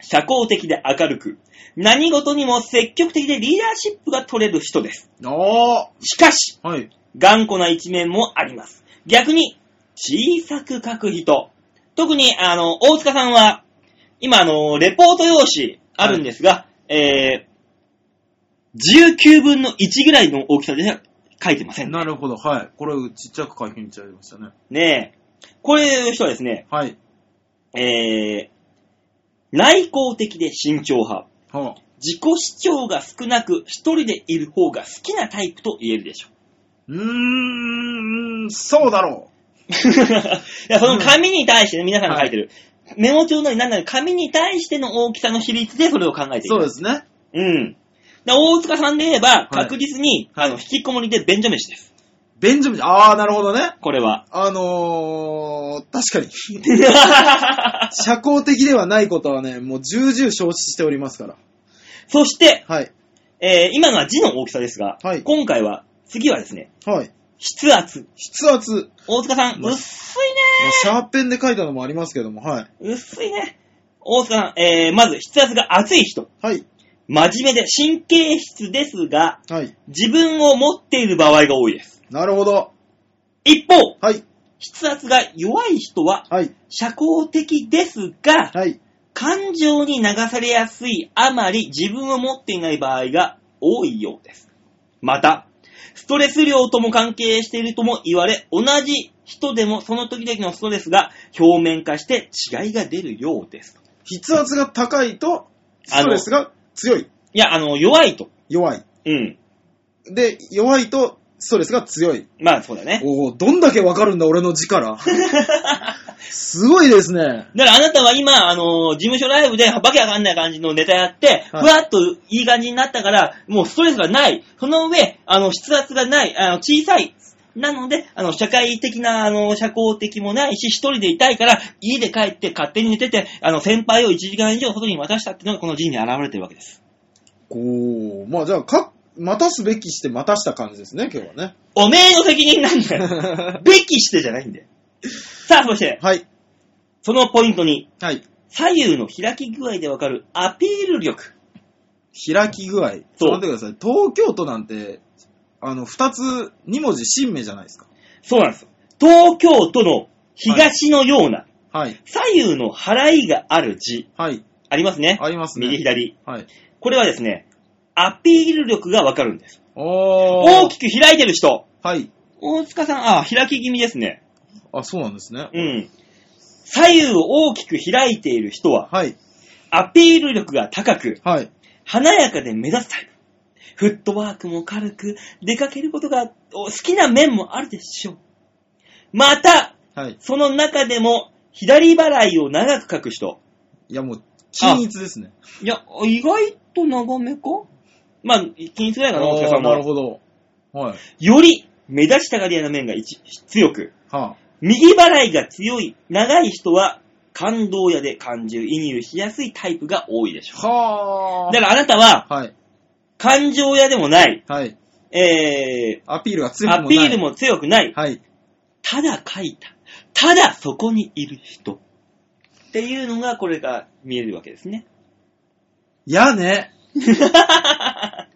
Speaker 2: 社交的で明るく、何事にも積極的でリーダーシップが取れる人です。
Speaker 3: あ
Speaker 2: しかし、
Speaker 3: あ。はい。
Speaker 2: 頑固な一面もあります。逆に、小さく書く人。特に、あの、大塚さんは、今、あの、レポート用紙あるんですが、えー、19分の1ぐらいの大きさでしか書いてません。
Speaker 3: なるほど。はい。これ、ちっちゃく書いてみちゃいましたね。
Speaker 2: ねえ。これいう人はですね、
Speaker 3: はい。
Speaker 2: えー、内向的で慎重派。
Speaker 3: は
Speaker 2: 自己主張が少なく、一人でいる方が好きなタイプと言えるでしょう。
Speaker 3: うーん、そうだろ
Speaker 2: いや、その紙に対してね、皆さんが書いてる。メモ帳なり何なり紙に対しての大きさの比率でそれを考えて
Speaker 3: う。
Speaker 2: いる。
Speaker 3: そう
Speaker 2: う
Speaker 3: ですね。
Speaker 2: ん。だ大塚さんで言えば、
Speaker 3: はい
Speaker 2: 確実に、あの、引きこもりで便所飯です。
Speaker 3: ベンジャミン、ああ、なるほどね。
Speaker 2: これ は。
Speaker 3: あのー、確かに。社交的ではないことはね、もう重々承知しておりますから。
Speaker 2: そして、
Speaker 3: はい。
Speaker 2: えー今のは字の大きさですが、
Speaker 3: はい
Speaker 2: 今回は、次はですね、
Speaker 3: はい。
Speaker 2: 筆圧。
Speaker 3: 筆圧。もう
Speaker 2: 大塚さん、
Speaker 3: まあ
Speaker 2: 薄
Speaker 3: シャーペンで書いたのもありますけども、はい。
Speaker 2: いね。薄いね。大塚さん、えーまず筆圧が厚い人。
Speaker 3: はい。
Speaker 2: 真面目で神経質ですが、
Speaker 3: はい。
Speaker 2: 自分を持っている場合が多いです。
Speaker 3: なるほど。
Speaker 2: 一方、
Speaker 3: はい。
Speaker 2: 筆圧が弱い人は
Speaker 3: はい。
Speaker 2: 社交的ですが、
Speaker 3: はい。
Speaker 2: 感情に流されやすいあまり自分を持っていない場合が多いようです。また、ストレス量とも関係しているとも言われ、同じ人でもその時々のストレスが表面化して違いが出るようです。
Speaker 3: 筆圧が高いと、ストレスが強い。
Speaker 2: いや、あの、弱いと。
Speaker 3: 弱い。
Speaker 2: うん。
Speaker 3: で、弱いと、ストレスが強い。
Speaker 2: まあ、そうだね。
Speaker 3: おお、どんだけわかるんだ、俺の字から。すごいですね。
Speaker 2: だからあなたは今、あの事務所ライブでわけわかんない感じのネタやって、ふ
Speaker 3: はい
Speaker 2: わっといい感じになったから、もうストレスがない。その上、あの、筆圧がない、あの、小さい。なので、あの、社会的な、あの、社交的もないし、一人でいたいから、家で帰って勝手に寝てて、あの、先輩を1時間以上外に渡したっていうのがこの字に現れてるわけです。
Speaker 3: こう、まあじゃあ、か、待たすべきして待たした感じですね、今日はね。
Speaker 2: おめえの責任なんだ よ。べきしてじゃないんだよ。さあ、そして、
Speaker 3: はい。
Speaker 2: そのポイントに、
Speaker 3: はい。
Speaker 2: 左右の開き具合でわかるアピール力。
Speaker 3: 開き具合。ちょっと
Speaker 2: そう
Speaker 3: 待ってください。東京都なんて、あの、二つ、二文字、新名じゃないですか。
Speaker 2: そうなんですよ。東京都の東のような、
Speaker 3: はい。
Speaker 2: 左右の払いがある字、
Speaker 3: はい。
Speaker 2: ありますね。
Speaker 3: ありますね。
Speaker 2: 右左。
Speaker 3: はい。
Speaker 2: これはですね、アピール力がわかるんです。
Speaker 3: おー。
Speaker 2: 大きく開いてる人。
Speaker 3: はい。
Speaker 2: 大塚さん、あ、開き気味ですね。
Speaker 3: あ、そうなんですね。
Speaker 2: うん。左右を大きく開いている人は、
Speaker 3: はい。
Speaker 2: アピール力が高く、
Speaker 3: はい。
Speaker 2: 華やかで目立つタイプ。フットワークも軽く、出かけることがお好きな面もあるでしょう。また、
Speaker 3: はい。
Speaker 2: その中でも、左払いを長く書く人。
Speaker 3: いや、もう、均一ですね。
Speaker 2: いや、意外と長めかまあ、気にするや
Speaker 3: あ
Speaker 2: な、大塚さ
Speaker 3: ー
Speaker 2: ん
Speaker 3: なる
Speaker 2: も。
Speaker 3: ほど。はい。
Speaker 2: より、目立ちたがり屋の面が一強く、
Speaker 3: は
Speaker 2: 右払いが強い、長い人は、感動屋で感情移入しやすいタイプが多いでしょ
Speaker 3: あ。は
Speaker 2: う。
Speaker 3: あ。
Speaker 2: だからあなたは、
Speaker 3: はい。
Speaker 2: 感情屋でもない、
Speaker 3: はい。
Speaker 2: え
Speaker 3: アピールが強
Speaker 2: ー、
Speaker 3: くもない。
Speaker 2: アピール。も強くない、
Speaker 3: はい。
Speaker 2: ただ書いた、ただそこにいる人。っていうのが、これが見えるわけですね。
Speaker 3: やね。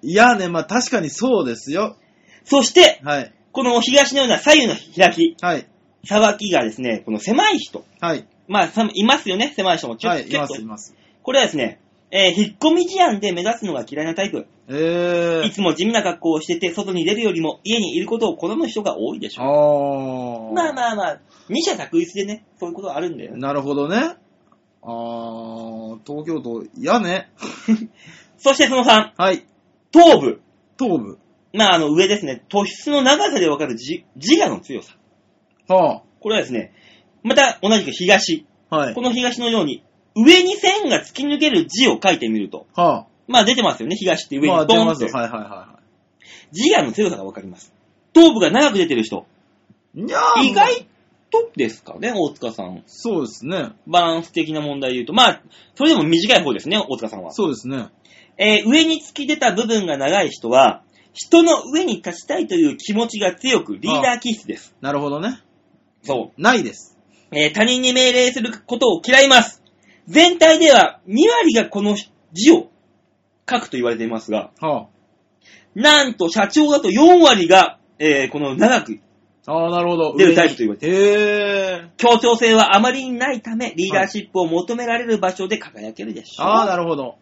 Speaker 3: やね。まあ確かにそうですよ。
Speaker 2: そして、
Speaker 3: はい。
Speaker 2: この東のような左右の開き、
Speaker 3: はい。
Speaker 2: さばきがですね、この狭い人。
Speaker 3: はい。
Speaker 2: まあ、さいますよね、狭い人も。ちょ
Speaker 3: はい。い
Speaker 2: 結構
Speaker 3: ます、います。
Speaker 2: これはですね、えー引っ込み思案で目指すのが嫌いなタイプ。
Speaker 3: え
Speaker 2: い
Speaker 3: ー。
Speaker 2: つも地味な格好をしてて、外に出るよりも家にいることを好む人が多いでし
Speaker 3: あ
Speaker 2: ょう。
Speaker 3: ー。
Speaker 2: まあまあまあ、二者択一でね、そういうことあるんだよね。
Speaker 3: なるほどね。あー、東京都、やね。
Speaker 2: そしてその3、
Speaker 3: はい。
Speaker 2: 頭部。
Speaker 3: 東部。
Speaker 2: まああの上ですね、突出の長さでわかる自自我の強さ。
Speaker 3: は
Speaker 2: これはですね、また同じく東。
Speaker 3: あ。はい。
Speaker 2: この東のように、上に線が突き抜ける字を書いてみると、
Speaker 3: は
Speaker 2: まあ出てますよね、東って
Speaker 3: あ。
Speaker 2: 上に
Speaker 3: ま
Speaker 2: ポン
Speaker 3: あ、
Speaker 2: って、
Speaker 3: 出ますよ。はいはいは
Speaker 2: 自我の強さがわかります。頭部が長く出てる人、
Speaker 3: いはい。にゃー
Speaker 2: 意外とですかね、大塚さん。
Speaker 3: そうですね。
Speaker 2: バランス的な問題で言うと、まあ、それでも短い方ですね、大塚さんは。
Speaker 3: そうですね。
Speaker 2: えー上に突き出た部分が長い人は、人の上に立ちたいという気持ちが強く、リーダー気質です。
Speaker 3: なるほどね。
Speaker 2: そ
Speaker 3: ないです。
Speaker 2: う。えー他人に命令することを嫌います。全体では2割がこの字を書くと言われていますが、
Speaker 3: は
Speaker 2: なんと社長だと4割が、えーこの長く、
Speaker 3: あ。あー、なるほど。
Speaker 2: 出るタイプと言われて
Speaker 3: へえ。
Speaker 2: 協調性はあまりないため、リーダーシップを求められる場所で輝けるでしょう。
Speaker 3: あー、なるほど。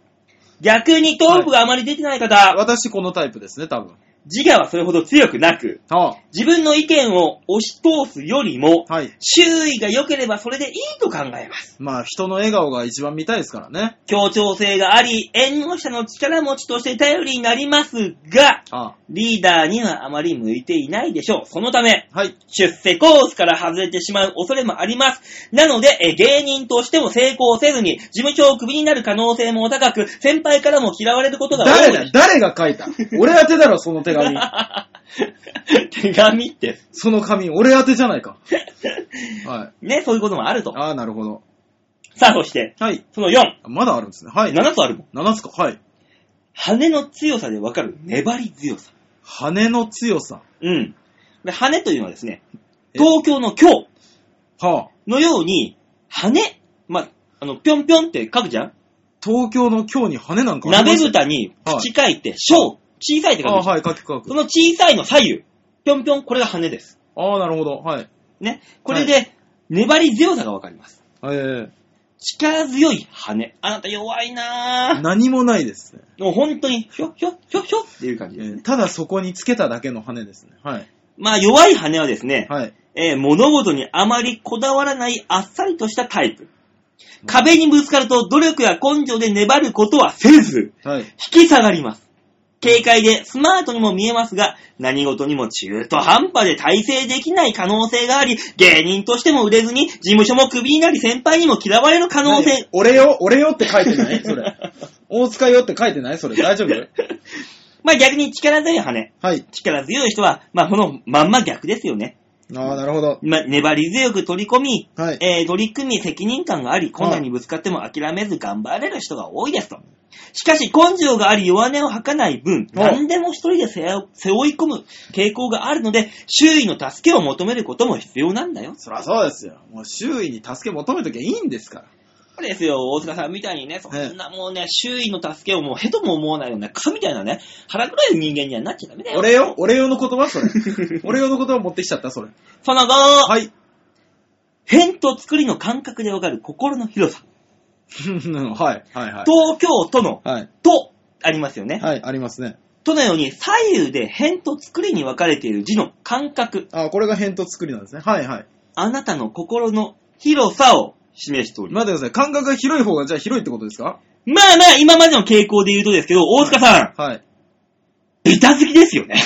Speaker 2: 逆に頭部があまり出てない方、
Speaker 3: 私このタイプですね、多分。
Speaker 2: 自我はそれほど強くなく、
Speaker 3: は
Speaker 2: 自分の意見を押し通すよりも
Speaker 3: あ。、はい。
Speaker 2: 周囲が良ければそれでいいと考えます。
Speaker 3: まあ、人の笑顔が一番見たいですからね。
Speaker 2: 協調性があり、縁の者の力持ちとして頼りになりますが、
Speaker 3: は
Speaker 2: リーダーにはあまり向いていないでしょう。そのため、
Speaker 3: あ。はい。
Speaker 2: 出世コースから外れてしまう恐れもあります。なので、え芸人としても成功せずに、事務所をクビになる可能性も高く、先輩からも嫌われることが多
Speaker 3: 誰
Speaker 2: い
Speaker 3: だ
Speaker 2: です。
Speaker 3: 誰が書いた俺宛てだろ、その手紙。
Speaker 2: 手紙って、
Speaker 3: その紙、俺宛てじゃな いか。はい。
Speaker 2: ね、そういうこともあると。
Speaker 3: ああ、なるほど。
Speaker 2: さあ、そして、
Speaker 3: はい。
Speaker 2: その4、
Speaker 3: まだあるんですね。はい。
Speaker 2: 7つあるもん。
Speaker 3: 7つか。はい。
Speaker 2: 羽の強さでわかる粘り強さ。
Speaker 3: 羽の強さ。
Speaker 2: うん。で羽というのはですね、
Speaker 3: え
Speaker 2: 東京の京
Speaker 3: はあ。
Speaker 2: のように、羽、まあ、あの、ぴょんぴょんって書くじゃん
Speaker 3: 東京の京に羽なんかありま
Speaker 2: 鍋
Speaker 3: す
Speaker 2: 蓋に
Speaker 3: はい
Speaker 2: 口書いて、小、小さいって書
Speaker 3: あ
Speaker 2: く
Speaker 3: あ、
Speaker 2: じゃん。
Speaker 3: はい、書く書
Speaker 2: そ
Speaker 3: く。
Speaker 2: の小さいの左右、ぴょんぴょん、これが羽です。
Speaker 3: ああ、なるほど。はい。
Speaker 2: ね。これで、粘り強さがわかります。
Speaker 3: え
Speaker 2: 力強い羽。あなた弱い
Speaker 3: え
Speaker 2: なぁ。
Speaker 3: 何もないで すね、
Speaker 2: もう本当に、ひょ、ひょ、ひょ、ひょっていう感
Speaker 3: え
Speaker 2: じですね。
Speaker 3: えただそこにつけただけの羽ですね。はい。
Speaker 2: まあ、弱い羽はですね、
Speaker 3: はい。
Speaker 2: えー物事にあまりこだわらないあっさりとしたタイプ。壁にぶつかると努力や根性で粘ることはせず、
Speaker 3: はい。
Speaker 2: 引き下がります。軽快でスマートにも見えますが、何事にも中途半端で体制できない可能性があり、芸人としても売れずに、事務所もクビになり先輩にも嫌われる可能
Speaker 3: 何
Speaker 2: 性。
Speaker 3: 俺よ、俺よって書いてないそれ。大塚よって書いてないそれ。大丈夫
Speaker 2: まあ逆に力強い羽。
Speaker 3: はい。
Speaker 2: 力強い人は、まあこのまんま逆ですよね。
Speaker 3: ああ、なるほど。
Speaker 2: まあ粘り強く取り込み、
Speaker 3: はい。
Speaker 2: えー取り組み責任感があり、困難にぶつかっても諦めず頑張れる人が多いですと。しかし根性があり弱音を吐かない分、
Speaker 3: はい
Speaker 2: 何でも一人で背負背負い込む傾向があるので、周囲の助けを求めることも必要なんだよ。
Speaker 3: そりゃそうですよ。もう周囲に助け求めときゃいいんですから。
Speaker 2: そうですよ、大塚さんみたいにね、そんなもうね、周囲の助けをもうへとも思わないようなクソみたいなね、腹黒い人間にはなっちゃダメだよ。
Speaker 3: 俺よ、俺よの言葉そ れ。俺よの言葉持ってきちゃったそれ。
Speaker 2: その後、
Speaker 3: はい。
Speaker 2: 変と作りの感覚でわかる心の広さ。
Speaker 3: はい。はい。はい。
Speaker 2: 東京都の、
Speaker 3: はい。
Speaker 2: と、ありますよね。
Speaker 3: はい。ありますね。
Speaker 2: とのように左右で辺と作りに分かれている字の感覚、
Speaker 3: あ、これが返答作りなんですね。はい。はい。
Speaker 2: あなたの心の広さを示しておりま
Speaker 3: 待ってください。感覚が広い方がじゃあ広いってことですか
Speaker 2: す。まあまあ、今までの傾向で言うとですけど、大塚さん、
Speaker 3: はい。
Speaker 2: ビタ好きですよね。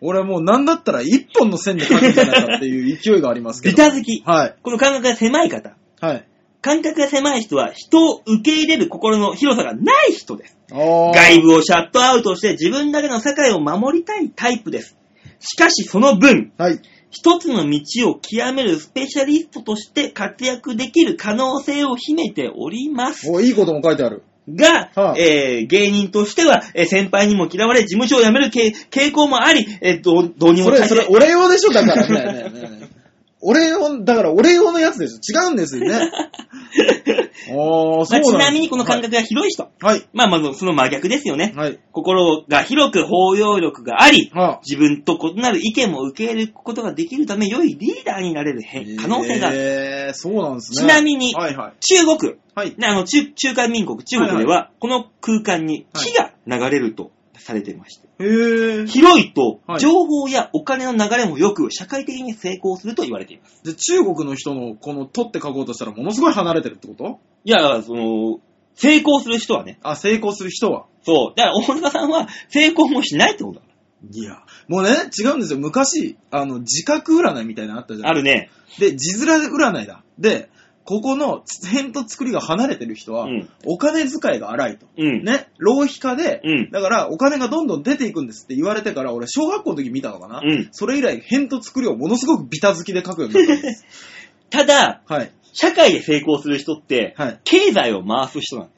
Speaker 3: 俺はもうなんだったら一本の線で書くんじゃないかっていう勢いがありますけ
Speaker 2: ビ
Speaker 3: ど。
Speaker 2: タ好き。
Speaker 3: はい。
Speaker 2: この感覚が狭い方。
Speaker 3: はい。
Speaker 2: 感覚が狭い人は人を受け入れる心の広さがない人です。
Speaker 3: あ
Speaker 2: 外部をシャットアウトして自分だけの世界を守りたいタイプです。しかしその分、
Speaker 3: はい。
Speaker 2: 一つの道を極めるスペシャリストとして活躍できる可能性を秘めております。
Speaker 3: お、いいことも書いてある。
Speaker 2: が、
Speaker 3: はあ
Speaker 2: えー芸人としては、えー先輩にも嫌われ、事務所を辞めるけ傾向もあり、えー、どうどうにも
Speaker 3: そ
Speaker 2: 大
Speaker 3: れ、
Speaker 2: 変
Speaker 3: それ、 お礼用でしょだからね。ねねねね俺用、だから俺用のやつでしょ違うんです よね。おー、
Speaker 2: ま
Speaker 3: そ
Speaker 2: あ
Speaker 3: う
Speaker 2: ち
Speaker 3: んだ
Speaker 2: なみにこの感覚が広い人。
Speaker 3: はい。
Speaker 2: まあまあ、その真逆ですよね。
Speaker 3: はい。
Speaker 2: 心が広く包容力があり、
Speaker 3: はあ
Speaker 2: 自分と異なる意見も受け入れることができるため、良いリーダーになれる変可能性がある。
Speaker 3: えー、そうなんですね。
Speaker 2: ちなみに
Speaker 3: はいはい。
Speaker 2: 中国、
Speaker 3: はい。
Speaker 2: ねあの中中華民国、中国では、この空間に木が流れるとされていまして、
Speaker 3: へー。
Speaker 2: 広いと
Speaker 3: はい
Speaker 2: 情報やお金の流れも良く、社会的に成功すると言われています。
Speaker 3: で、中国の人のこの取って書こうとしたらものすごい離れてるってこと
Speaker 2: いや、その、成功する人はね、
Speaker 3: あ、成功する人は。
Speaker 2: そう。だから大塚さんは成功もしないってことだ。
Speaker 3: いや、もうね、違うんですよ。昔、あの、自覚占いみたいなのあったじゃん。
Speaker 2: あるね。
Speaker 3: で、字面占いだ。で、ここの点と作りが離れてる人は、
Speaker 2: うん
Speaker 3: お金遣いが荒いと。
Speaker 2: うん。
Speaker 3: ね、浪費家で、
Speaker 2: うん
Speaker 3: だからお金がどんどん出ていくんですって言われてから、俺、小学校の時見たのかな、
Speaker 2: うん
Speaker 3: それ以来、変と作りをものすごくビタ好きで書くようになった んです。
Speaker 2: ただ、
Speaker 3: はい。
Speaker 2: 社会で成功する人って、
Speaker 3: はい
Speaker 2: 経済を回す人なんだ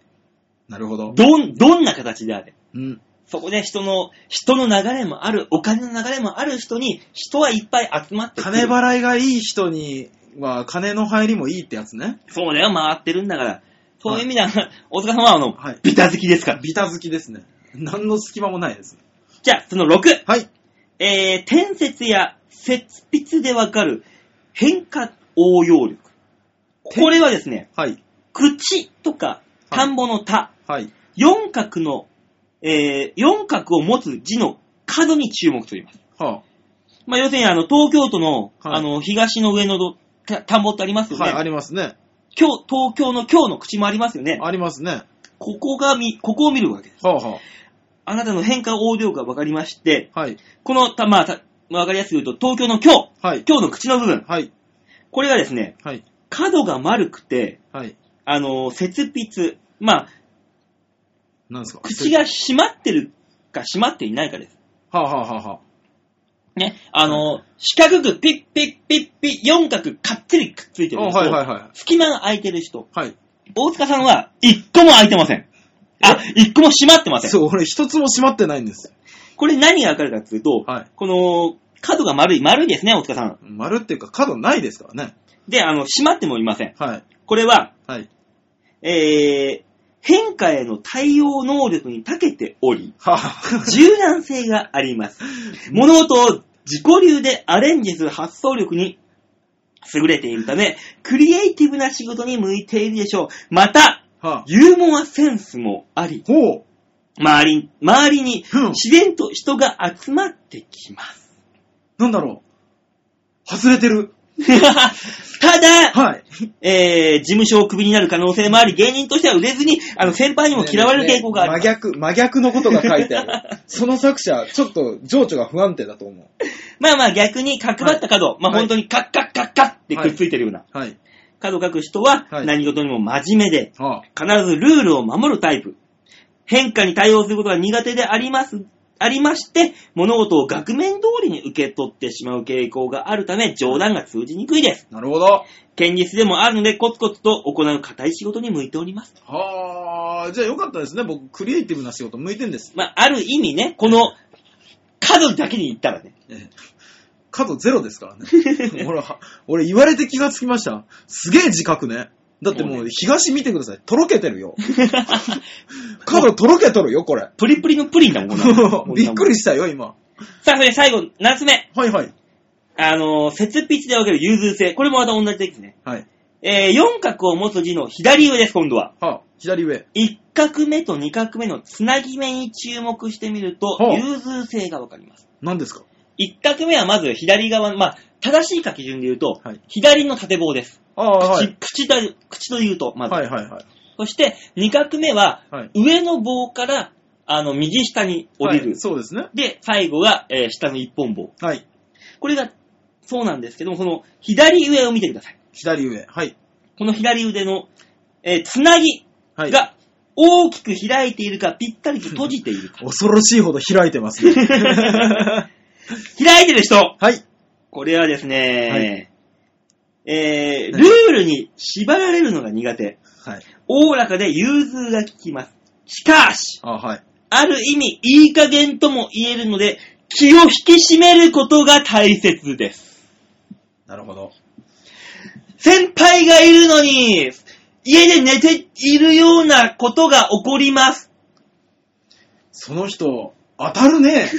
Speaker 3: なるほど。
Speaker 2: どん、どんな形であれ。
Speaker 3: うん。
Speaker 2: そこで人の、人の流れもある、お金の流れもある人に、人はいっぱい集まってくる
Speaker 3: 金払いがいい人には、金の入りもいいってやつね。
Speaker 2: そうだよ、回ってるんだから。そういう意味では、大塚さんは、あの、
Speaker 3: はい
Speaker 2: ビタ好きですから。
Speaker 3: ビタ好きですね。何の隙間もないです。
Speaker 2: じゃあ、その6。
Speaker 3: はい。
Speaker 2: えー、天節や節筆でわかる変化応用力。これはですね、
Speaker 3: はい。
Speaker 2: 口とか、田んぼの田、
Speaker 3: はい。
Speaker 2: 四角の、えー、四角を持つ字の角に注目と言います。
Speaker 3: は
Speaker 2: まあ、要するに、あの、東京都の、
Speaker 3: はい
Speaker 2: あの、東の上のどた田んぼってあります
Speaker 3: あ、
Speaker 2: よね。
Speaker 3: はい、ありますね。
Speaker 2: 今日、東京の今日の口もありますよね。
Speaker 3: ありますね。
Speaker 2: ここがみ、ここを見るわけです。
Speaker 3: はあ、は
Speaker 2: あなたの変化応用が分かりまして、
Speaker 3: あ、はい。
Speaker 2: この、たまあ、た分かりやすく言うと、東京の今日、
Speaker 3: はい。
Speaker 2: 今日の口の部分、
Speaker 3: はい。
Speaker 2: これがですね、
Speaker 3: はい。
Speaker 2: 角が丸くて、
Speaker 3: はい。
Speaker 2: あの、節筆、まあ、
Speaker 3: 何ですか
Speaker 2: 口が閉まってるか閉まっていないかです。
Speaker 3: はあ、はあはあはあ、
Speaker 2: ね、あの、四角くピッピッピッピッ、四角かっちりくっついてる
Speaker 3: あ
Speaker 2: 人、
Speaker 3: はいはいはい。
Speaker 2: 隙間が空いてる人、
Speaker 3: はい。
Speaker 2: 大塚さんは一個も空いてません。あ、一個も閉まってません。
Speaker 3: そう、俺一つも閉まってないんです。
Speaker 2: これ何がわかるかっていうと、
Speaker 3: はい
Speaker 2: この、角が丸い、丸いですね、大塚さん。
Speaker 3: 丸っていうか角ないですからね。
Speaker 2: で、あの、閉まってもいません。
Speaker 3: はい。
Speaker 2: これは、
Speaker 3: はい。
Speaker 2: えー、変化への対応能力に長けており、
Speaker 3: はあ、
Speaker 2: 柔軟性があります。物事を自己流でアレンジする発想力に優れているため、クリエイティブな仕事に向いているでしょう。また、
Speaker 3: はあ、
Speaker 2: ユーモアセンスもあり、
Speaker 3: ほう。
Speaker 2: 周り、周りに
Speaker 3: うん
Speaker 2: 自然と人が集まってきます。
Speaker 3: なんだろう。外れてる。
Speaker 2: ただ、
Speaker 3: はい。
Speaker 2: えー、事務所をクビになる可能性もあり、芸人としては売れずに、あの、先輩にも嫌われる傾向がある。
Speaker 3: 真逆、真逆のことが書いてあ る。その作者、ちょっと情緒が不安定だと思う。
Speaker 2: まあまあ逆に角張った角、まあ
Speaker 3: はい
Speaker 2: 本当にカッカッカッカッってくっついてるような
Speaker 3: はい。
Speaker 2: 角を書く人は
Speaker 3: はい
Speaker 2: 何事にも真面目で、
Speaker 3: は
Speaker 2: 必ずルールを守るタイプ。変化に対応することが苦手であります、ありまして、物事を額面通りに受け取ってしまう傾向があるため、冗談が通じにくいです。
Speaker 3: あ、なるほど。
Speaker 2: 堅実でもあるので、コツコツと行う固い仕事に向いております。
Speaker 3: はあ、じゃあよかったですね。僕、クリエイティブな仕事向いてんです。
Speaker 2: まあ、ある意味ね、この、角だけに言った らね、
Speaker 3: ええ角ゼロですから ね。俺は、俺言われて気がつきました。すげえ自覚ね。だってもう東見てください。とろけてるよ。 角とろけとるよ、これ。
Speaker 2: プリプリのプリンだもん、こんなもん
Speaker 3: びっくりしたよ、今。
Speaker 2: さあ、それで最後、7つ目。
Speaker 3: はいはい。
Speaker 2: あのー、節筆で分ける融通性。これもまた同じですね。
Speaker 3: はい。
Speaker 2: えー、四角を持つ字の左上です、今度は。
Speaker 3: はあ、左上。
Speaker 2: 一画目と二画目のつなぎ目に注目してみると
Speaker 3: ほ、う
Speaker 2: 融通性がわかります。
Speaker 3: 何ですか
Speaker 2: 一画目はまず左側、まあ、正しい書き順で言うと、
Speaker 3: はい
Speaker 2: 左の縦棒です。
Speaker 3: ああ、はい。
Speaker 2: 口口という口というと、まず。
Speaker 3: はいはいはい。
Speaker 2: そして、二画目は、
Speaker 3: はい
Speaker 2: 上の棒から、あの、右下に降りる。
Speaker 3: はいそうですね。
Speaker 2: で、最後が、えー下の一本棒。
Speaker 3: はい。
Speaker 2: これが、そうなんですけども、その、左上を見てください。
Speaker 3: 左上。はい。
Speaker 2: この左腕の、えーつなぎ
Speaker 3: はい。
Speaker 2: が大きく開いているか、ぴったりと閉じてい るか。
Speaker 3: 恐ろしいほど開いてますね。
Speaker 2: 開いてる人
Speaker 3: はい。
Speaker 2: これはですね、えー、ルールに縛られるのが苦手。
Speaker 3: はい。
Speaker 2: おおらかで融通が利きます。しかし、
Speaker 3: あ、はい。
Speaker 2: ある意味、いい加減とも言えるので、気を引き締めることが大切です。
Speaker 3: なるほど。
Speaker 2: 先輩がいるのに、家で寝ているようなことが起こります。
Speaker 3: その人、当たるね。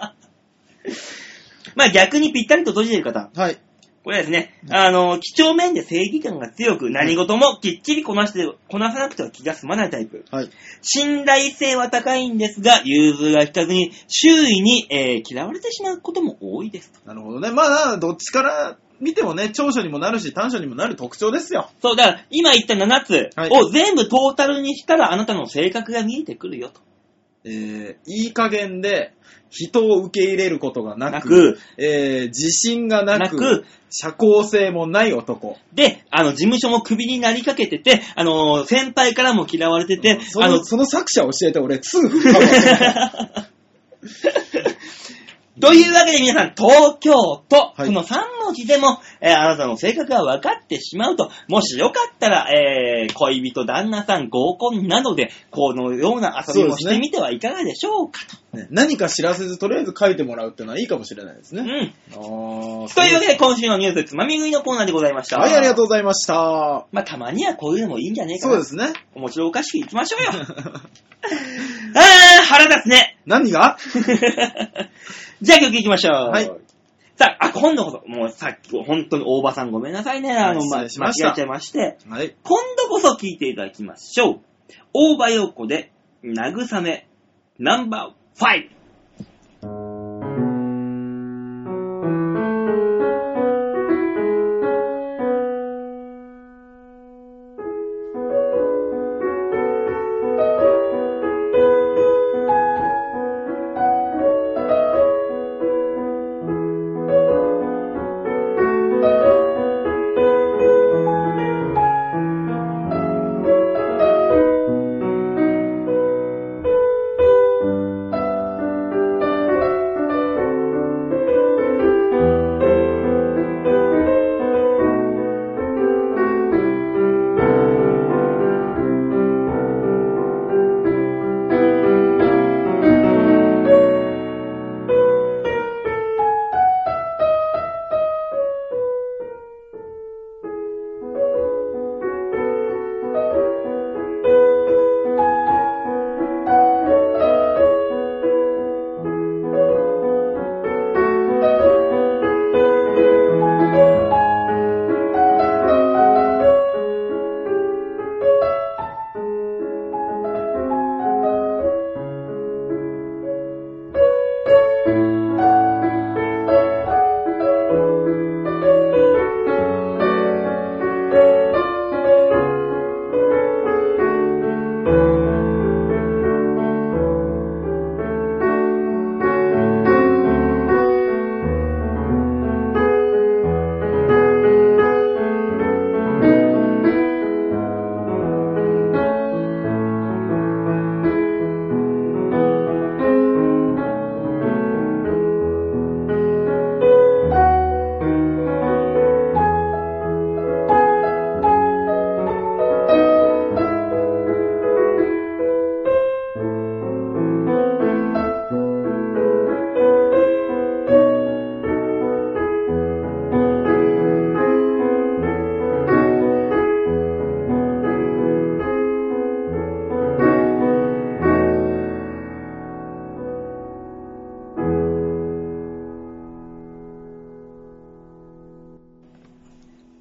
Speaker 2: まあ逆にぴったりと閉じている方。
Speaker 3: はい。
Speaker 2: これはですね、あの、几帳面で正義感が強く、何事もきっちりこなして、こなさなくては気が済まないタイプ。
Speaker 3: はい。
Speaker 2: 信頼性は高いんですが、融通が引かずに、周囲に、えー嫌われてしまうことも多いですと。
Speaker 3: なるほどね。まあ、どっちから見てもね、長所にもなるし、短所にもなる特徴ですよ。
Speaker 2: そう、だから、今言った7つ
Speaker 3: はい
Speaker 2: を全部トータルにしたら、あなたの性格が見えてくるよと。
Speaker 3: えー、いい加減で、人を受け入れることがなく、
Speaker 2: なく
Speaker 3: えー、自信がなく、
Speaker 2: なく
Speaker 3: 社交性もない男。
Speaker 2: で、あの、事務所もクビになりかけてて、あのー、先輩からも嫌われてて、
Speaker 3: そ
Speaker 2: あ
Speaker 3: の
Speaker 2: の、
Speaker 3: その作者教えて、俺、2振るかも
Speaker 2: というわけで皆さん、東京都、
Speaker 3: はい
Speaker 2: この3文字でも、えーあなたの性格が分かってしまうと、もしよかったら、えー恋人、旦那さん、合コンなどで、このような遊びもしてみてはいかがでしょうか
Speaker 3: ね 何か知らせず、とりあえず書いてもらうっていうのはいいかもしれないです
Speaker 2: と。
Speaker 3: ね。
Speaker 2: うん。
Speaker 3: あー
Speaker 2: というわけで、今週のニュースつまみ食いのコーナーでございました。
Speaker 3: はい、ありがと
Speaker 2: う。
Speaker 3: うございました。
Speaker 2: まあ、たまにはこういうのもいいんじゃねえかな。
Speaker 3: そうで。すね。
Speaker 2: 面白おかしくいきましょうよ。あー、腹立つね。
Speaker 3: 何が
Speaker 2: じゃあ曲いきましょう。
Speaker 3: はい。
Speaker 2: さあ、あ、今度こそ、もうさっき、本当に大場さんごめんなさいね。あの、ま、間違
Speaker 3: はい
Speaker 2: え
Speaker 3: 失礼しました
Speaker 2: ちゃいまして。
Speaker 3: はい。
Speaker 2: 今度こそ聞いていただきましょう。大場陽子で、慰め、ナンバーファイブ。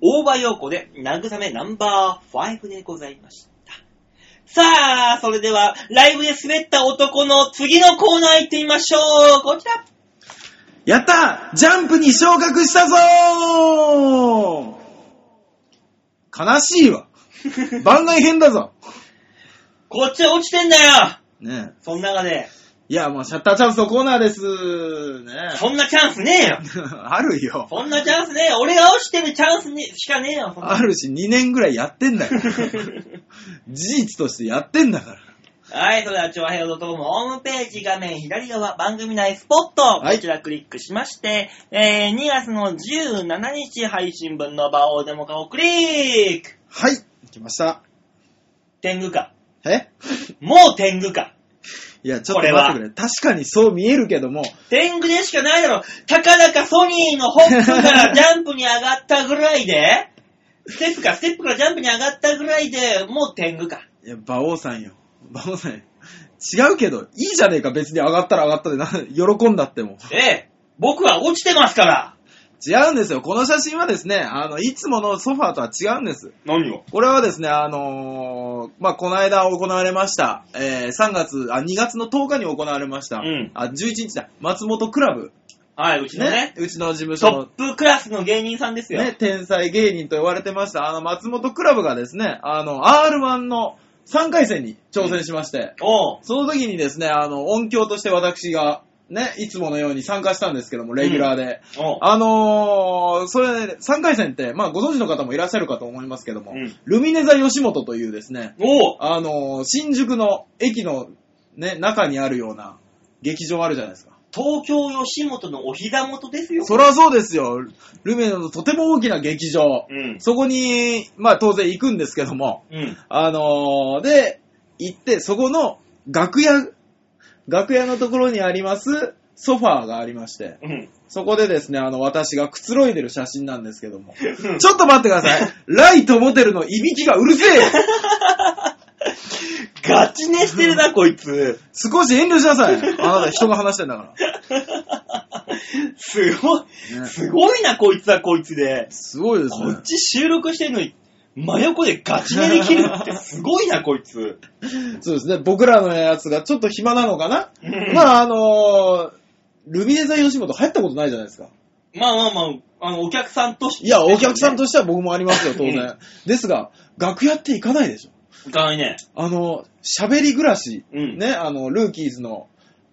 Speaker 2: 大場陽子で、慰めナンバーファイブでございました。さあ、それでは、ライブで滑った男の次のコーナー行ってみましょう。こちら。
Speaker 3: やったジャンプに昇格したぞー悲しいわ。番外編だぞ。
Speaker 2: こっちは落ちてんだよ。
Speaker 3: ねえ
Speaker 2: そん中で。
Speaker 3: いや、もうシャッターチャンスのコーナーです。ね
Speaker 2: そんなチャンスねえよ。
Speaker 3: え あるよ。
Speaker 2: そんなチャンスねえよ。俺が落ちてるチャンスにしかねえよ。そんな
Speaker 3: あるし、2年ぐらいやって んだから。事実としてやってんだから。
Speaker 2: はい、それでは、超平洋 .com ホームページ画面左側、番組内スポット、
Speaker 3: い
Speaker 2: こちらクリックしまして、えー、2月の17日配信分の場をデモ化をクリック
Speaker 3: はい、来ました。
Speaker 2: 天狗か。
Speaker 3: え
Speaker 2: もう天狗か。
Speaker 3: いや、ちょっ
Speaker 2: これ
Speaker 3: と
Speaker 2: は
Speaker 3: 待ってくれ。確かにそう見えるけども、
Speaker 2: 天狗でしかないだろ。たかだかソニーのホップ からジャンプに上がったぐらいで、ステップか、ステップからジャンプに上がったぐらいで、もう天狗か。
Speaker 3: いや、馬王さんよ。馬王さんよ。違うけど、いいじゃねえか、別に上がったら上がったでな、喜んだっても。
Speaker 2: ええ、僕は落ちてますから。
Speaker 3: 違うんですよ。この写真はですね、あの、いつものソファーとは違うんです。
Speaker 2: 何を
Speaker 3: これはですね、あのーまあ、この間行われました、えー、3月、あ、2月の10日に行われました、
Speaker 2: うん
Speaker 3: あ、11日だ、松本クラブ、
Speaker 2: はい、うちのね、
Speaker 3: うちの事務所
Speaker 2: ト
Speaker 3: の
Speaker 2: ッ、プクラスの芸人さんですよ。
Speaker 3: ね、天才芸人と言われてました、あの、松本クラブがですね、あの、R1 の3回戦に挑戦しまして、
Speaker 2: おう。
Speaker 3: その時にですね、あの、音響として私が、ね、いつものように参加したんですけども、レギュラーで。
Speaker 2: おう。
Speaker 3: あのー、それ、ね、3回戦って、まあ、ご存知の方もいらっしゃるかと思いますけども、
Speaker 2: うん
Speaker 3: ルミネ座吉本というですね、
Speaker 2: おう。
Speaker 3: あのー、新宿の駅の、ね、中にあるような劇場あるじゃないですか。
Speaker 2: 東京吉本のお膝元ですよ。
Speaker 3: そらそうですよ。ルミネのとても大きな劇場。
Speaker 2: うん。
Speaker 3: そこに、まあ、当然行くんですけども、
Speaker 2: うん。
Speaker 3: あのー、で、行って、そこの楽屋、楽屋のところにあります、ソファーがありまして、
Speaker 2: うん。
Speaker 3: そこでですね、あの、私がくつろいでる写真なんですけども。ちょっと待ってくだ さい。ライトモテルのいびきがうるせえよ
Speaker 2: ガチ寝してるな、こいつ。
Speaker 3: 少し遠慮しなさい。あなた人が話してんだから。
Speaker 2: すごい、
Speaker 3: ね
Speaker 2: すごいな、こいつはこいつで。
Speaker 3: すごいです
Speaker 2: こ
Speaker 3: ね
Speaker 2: っ。ち収録してんのに、真横でガチ寝できる ってすごいな、こいつ。
Speaker 3: そうですね。僕らのやつがちょっと暇なのかな、
Speaker 2: うん
Speaker 3: まあ、あのールミネ座吉本入ったことないじゃないですか。
Speaker 2: まあまあまあ、あの、お客さんとして、
Speaker 3: いや、お客さんと
Speaker 2: し
Speaker 3: しては僕もありますよ、当
Speaker 2: う
Speaker 3: 然。ですが、楽屋って行かないでしょ。
Speaker 2: て。いかないね。
Speaker 3: あの、喋り暮らし、
Speaker 2: うん
Speaker 3: ね、あの、ルーキーズの、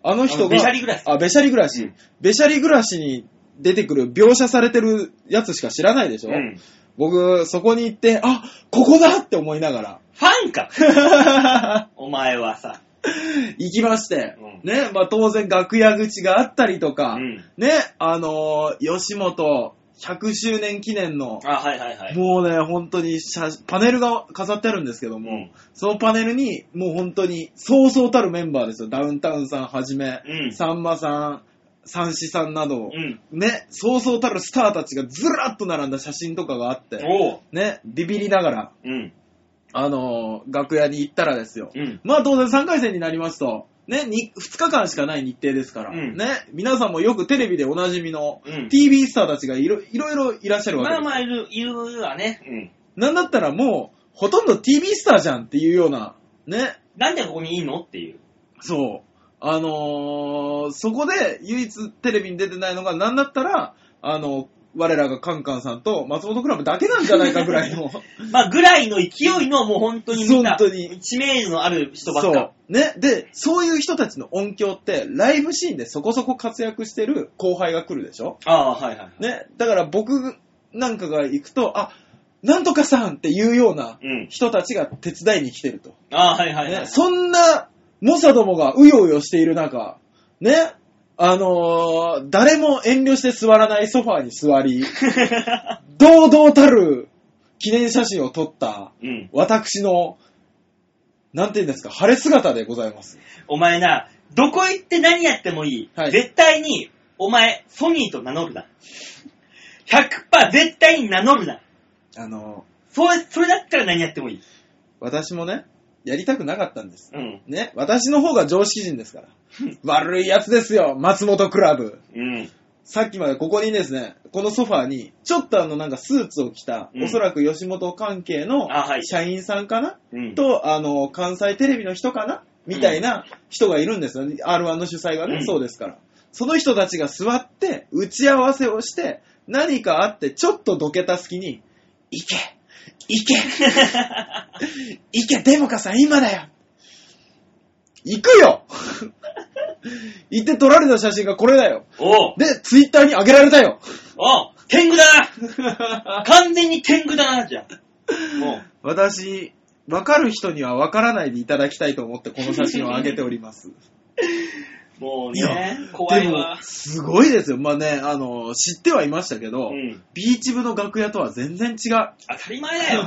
Speaker 3: あの人
Speaker 2: あの
Speaker 3: が、
Speaker 2: べしゃり暮らし
Speaker 3: あ、べしゃり暮らし。
Speaker 2: うん
Speaker 3: べしゃり暮らしに出てくる、描写されてるやつしか知らないでしょ。
Speaker 2: うん。
Speaker 3: 僕、そこに行って、あ、ここだって思いなが
Speaker 2: ファンか
Speaker 3: ら、
Speaker 2: お前はさ。
Speaker 3: 行きまして、
Speaker 2: うん
Speaker 3: ね、まあ当然楽屋口があったりとか、
Speaker 2: うん
Speaker 3: ね、あのー吉本100周年記念の、
Speaker 2: あ、はいはいはい。
Speaker 3: もうね、本当に写パネルが飾ってあるんですけども、
Speaker 2: うん
Speaker 3: そのパネルに、もう本当に、そうそうたるメンバーですよ。ダウンタウンさんはじめ、
Speaker 2: うん
Speaker 3: さんまさん、三四さんなど、
Speaker 2: うん
Speaker 3: ね、そうそうたるスターたちがずらっと並んだ写真とかがあって、
Speaker 2: おう。
Speaker 3: ね、ビビりながら、
Speaker 2: うん。
Speaker 3: あのー楽屋に行ったらですよ。
Speaker 2: うん
Speaker 3: まあ当然3回戦になりますと、ね、に2日間しかない日程ですから、
Speaker 2: うん
Speaker 3: ね、皆さんもよくテレビでおなじみの
Speaker 2: うん
Speaker 3: TV スターたちがいろいろいろいらっしゃるわけ
Speaker 2: ま
Speaker 3: で
Speaker 2: あ
Speaker 3: す。
Speaker 2: まあ、いる、いるわね。うん。
Speaker 3: なんだったらもう、ほとんど TV スターじゃんっていうような、ね、
Speaker 2: なんでここにいいのっていう。
Speaker 3: そう。あのーそこで唯一テレビに出てないのが、なんだったら、あの、我らがカンカンさんと松本クラブだけなんじゃないかぐらいの。
Speaker 2: まあ、ぐらいの勢いの、もう本当にみんな、
Speaker 3: 本当に
Speaker 2: 知名度のある 人ばっか。
Speaker 3: そう。ね。で、そういう人たちの音響って、ライブシーンでそこそこ活躍してる後輩が来るでしょ
Speaker 2: ああ、はいはい。
Speaker 3: ね。だから僕なんかが行くと、あ、なんとかさんっていうような
Speaker 2: うん
Speaker 3: 人たちが手伝いに来てると。
Speaker 2: ああ、はいはいは
Speaker 3: ね、
Speaker 2: い。
Speaker 3: そんな、猛者どもがうようよしている中、ね、あのー誰も遠慮して座らないソファーに 座り、堂々たる記念写真を撮った、
Speaker 2: うん。
Speaker 3: 私の、なんて言うんですか、晴れ姿でございます。
Speaker 2: お前な、どこ行って何やってもいい。
Speaker 3: はい
Speaker 2: 絶対に、お前、ソニーと名乗るな。100%絶対に名乗るな。
Speaker 3: あの
Speaker 2: それ、それだったら何やってもいい。
Speaker 3: ー私もね、やりたくなかったんです。
Speaker 2: うん。
Speaker 3: ね、私の方が常識 人ですから。悪いやつですよ、松本クラブ。
Speaker 2: うん。
Speaker 3: さっきまでここにですね、このソファーに、ちょっとあのなんかスーツを着た、
Speaker 2: うん
Speaker 3: おそらく吉本関係の
Speaker 2: あはい
Speaker 3: 社員さんかな、
Speaker 2: うん
Speaker 3: と、あの、関西テレビの人かなみたいな人がいるんですよね。R1 の主催がね、
Speaker 2: うん
Speaker 3: そうですから。その人たちが座って、打ち合わせをして、何かあって、ちょっとどけた隙に、行け 行け行けデモカさん、今だよ行くよ 行って撮られた写真がこれだよ。
Speaker 2: おう
Speaker 3: で、ツイッターに上げられたよ。
Speaker 2: おう天狗だ な完全に天狗だな、じゃあ。もう。
Speaker 3: 私、わかる人にはわからないでいただきたいと思ってこの写真を上げております。
Speaker 2: もう
Speaker 3: い
Speaker 2: ね
Speaker 3: や、
Speaker 2: 怖い
Speaker 3: でも
Speaker 2: わ。
Speaker 3: すごいですよ。まあね、あの、知ってはいましたけど、
Speaker 2: うん
Speaker 3: ビーチ部の楽屋とは全然違う。
Speaker 2: 当たり前だよ。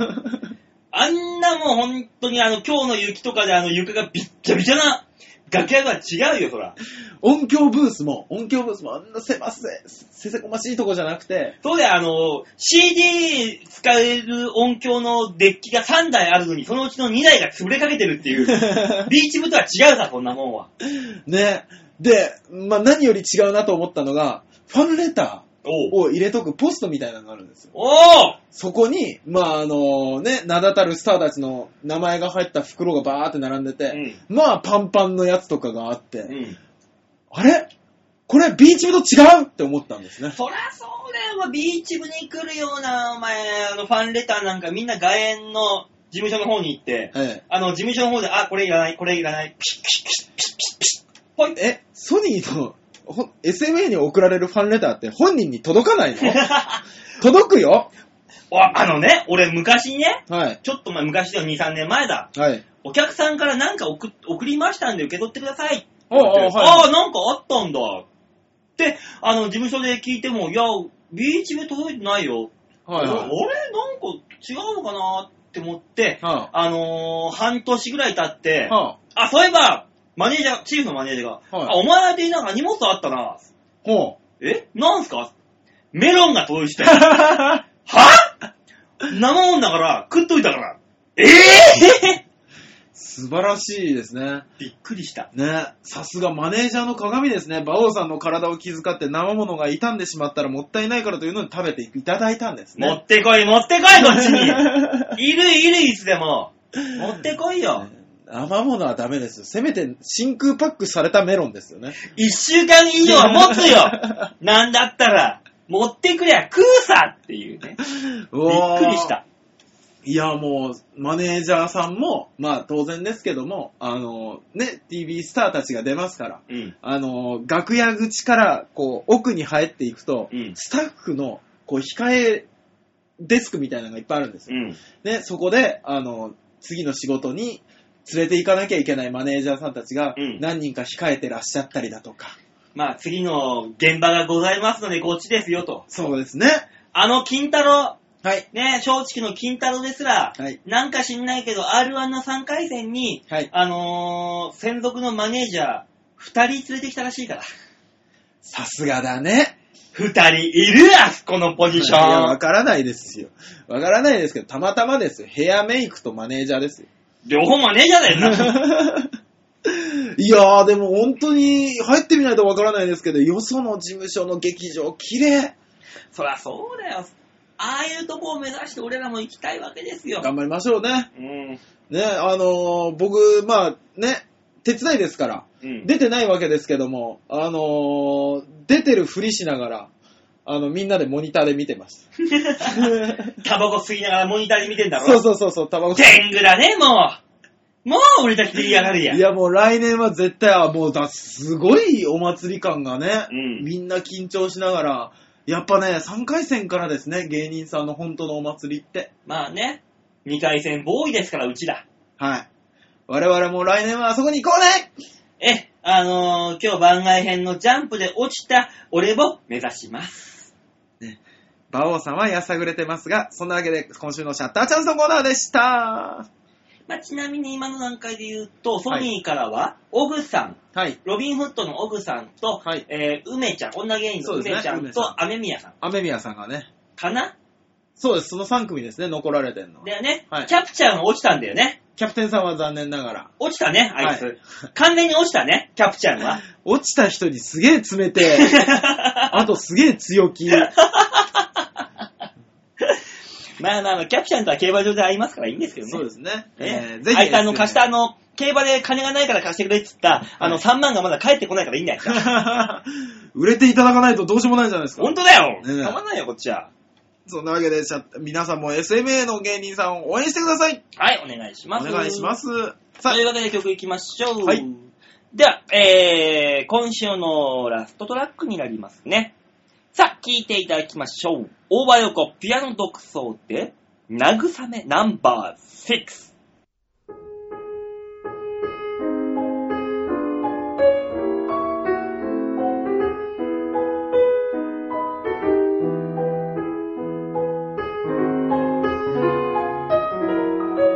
Speaker 2: あんなもう本当にあの、今日の雪とかであの床がびっちゃびちゃな楽屋とは違うよ、そら。
Speaker 3: 音響ブースも、音響ブースもあんな狭せ、せせこましいとこじゃなくて、
Speaker 2: そうだよ、あの、CD 使える音響のデッキが3台あるのに、そのうちの2台が潰れかけてるっていう。ビーチ部とは違うさ、こんなもんは。
Speaker 3: ね。で、まあ、何より違うなと思ったのが、ファンレター
Speaker 2: おう。
Speaker 3: を入れとくポストみたいなのがあるんですよ。
Speaker 2: おう
Speaker 3: そこに、まあ、あのね、名だたるスターたちの名前が入った袋がバーって並んでて、まあ、パンパンのやつとかがあって、
Speaker 2: うん。
Speaker 3: あれこれビーチ部と違うって思ったんですね。
Speaker 2: そりゃそうだよ、お前ビーチ部に来るような、お前、あの、ファンレターなんかみんな外苑の事務所の方に行って、
Speaker 3: え
Speaker 2: あの、事務所の方で、あ、これいらない、これいらない、ピッピッピッピッピッピッ、ポイ
Speaker 3: え、えソニーのほ SMA に送られるファンレターって本人に届 かないの届くよ
Speaker 2: おあのね、俺昔ね、
Speaker 3: はい。
Speaker 2: ちょっと前、昔では2、3年前だ。
Speaker 3: はい。
Speaker 2: お客さんからなんか送送りましたんで受け取ってください。
Speaker 3: ああはい
Speaker 2: ああ、なんかあったんだ。って、あの、事務所で聞いても、いや、ビーチ部届いてないよ。
Speaker 3: はい、
Speaker 2: あれ、なんか違うのかなって思って、
Speaker 3: は
Speaker 2: あのー半年ぐらい経って、
Speaker 3: あ、はあ、
Speaker 2: あ、そういえば、マネージャー、チーフのマネージャーが、あ、お前宛てになんか荷物あったな。
Speaker 3: ほ
Speaker 2: えなんすかメロンが届いてた よは生もんだから、食っといたから。ええ
Speaker 3: う。素晴らしいですね。
Speaker 2: びっくりした。
Speaker 3: ね、さすがマネージャーの鏡ですね。馬王さんの体を気遣って生物が傷んでしまったらもったいないからというのに食べていただいたんです
Speaker 2: 持
Speaker 3: ね。
Speaker 2: ってこい、持ってこい、こっち に。いる、いる、いつでも。持ってこいよ。
Speaker 3: 生物はダメですよ。せめて真空パックされたメロンですよね。
Speaker 2: 一週間以上は持つ よ。なんだったら、持ってくりゃ食うさっていうね。びっくりした。
Speaker 3: いや、もう、マネージャーさんも、まあ当然ですけども、あの、ね、TV スターたちが出ますから、
Speaker 2: うん。
Speaker 3: あの、楽屋口から、こう、奥に入っていくと、
Speaker 2: うん
Speaker 3: スタッフの、こう、控えデスクみたいなのがいっぱいあるんです
Speaker 2: う
Speaker 3: よ。
Speaker 2: ん。
Speaker 3: ね、そこで、あの、次の仕事に連れて行かなきゃいけないマネージャーさんたちが
Speaker 2: うん、
Speaker 3: 何人か控えてらっしゃったりだとか。
Speaker 2: まあ、次の現場がございますので、こっちですよと。
Speaker 3: そうですね。
Speaker 2: あの金太郎、
Speaker 3: はい。
Speaker 2: ね、松竹の金太郎ですら、
Speaker 3: はい。
Speaker 2: なんか知んないけど、R1 の3回戦に、
Speaker 3: はい。
Speaker 2: あのー、専属のマネージャー、二人連れてきたらしいから。
Speaker 3: さすがだね。
Speaker 2: 二人いるあそこのポジ
Speaker 3: い
Speaker 2: ション。
Speaker 3: や、わからないですよ。わからないですけど、たまたまですよ。ヘアメイクとマネージャーですよ。
Speaker 2: 両方マネージャーだよ な。
Speaker 3: いやー、でも本当に入ってみないとわからないですけど、よその事務所の劇場、綺麗
Speaker 2: そりゃそうだよ。ああいうとこを目指して俺らも行きたいわけですよ。
Speaker 3: 頑張りましょうね。
Speaker 2: うん。
Speaker 3: ね、あのー僕、まあね、手伝いですから、
Speaker 2: うん。
Speaker 3: 出てないわけですけども、あのー出てるふりしながら、あの、みんなでモニターで見てました。
Speaker 2: タバコ吸いながらモニターで見てんだろ。
Speaker 3: そうそうそうそう、タバコ。
Speaker 2: 天狗だね、もう。もう俺たちで嫌がるやん。
Speaker 3: いや、もう来年は絶対、あ、もうだ、すごいお祭り感がね、
Speaker 2: うん
Speaker 3: みんな緊張しながら、やっぱね、3回戦からですね、芸人さんの本当のお祭りって。
Speaker 2: まあね、二回戦ボーイですから、うちだ。
Speaker 3: はい。我々も来年はあそこに行こうね
Speaker 2: え、あのー、今日番外編のジャンプで落ちた俺を目指します。
Speaker 3: 馬王さんはやさぐれてますが、そんなわけで今週のシャッターチャンスのコーナーでした。
Speaker 2: まあ、ちなみに今の段階で言うと、ソニーからは、オグさん、
Speaker 3: はい。
Speaker 2: ロビンフットのオグさんと、
Speaker 3: はい
Speaker 2: えー、梅ちゃん、女芸人の
Speaker 3: そうですね
Speaker 2: 梅ちゃん
Speaker 3: 梅さ
Speaker 2: と、アメミヤさん
Speaker 3: 雨宮さんがね、
Speaker 2: かな
Speaker 3: そうです、その3組ですね、残られてんのは。
Speaker 2: だよね、
Speaker 3: はい
Speaker 2: キャプチャーが落ちたんだよね。
Speaker 3: キャプテンさんは残念ながら、
Speaker 2: 落ちたね、あいつ。
Speaker 3: は
Speaker 2: 完全に落ちたね、キャプチャ ーは。
Speaker 3: 落ちた人にすげえ 冷てえ、あとすげえ強気。
Speaker 2: まあまあまあ、キャプチャーとは競馬場で会いますからいいんですけどね。
Speaker 3: そうですね。
Speaker 2: ね
Speaker 3: えーぜひ、
Speaker 2: あいつあの、貸したあの、競馬で金がないから貸してくれって言った、あの、3万がまだ返ってこないからいいんだよ。
Speaker 3: 売れていただかないとどうしようもないじゃないですか。
Speaker 2: 本当だよ
Speaker 3: ねえ
Speaker 2: たまんないよ、こっちは。
Speaker 3: そんなわけで、シャッ皆さんも SMA の芸人さんを応援してください。
Speaker 2: はい、お願いし
Speaker 3: お
Speaker 2: ます。。
Speaker 3: 願いしますす。さ
Speaker 2: というわけで曲いきましょう。
Speaker 3: はい
Speaker 2: では、えー、今週のラストトラックになりますね。さあ、聴いていただきましょう。大場横ピアノ独奏で、慰めナンバー6。
Speaker 4: 「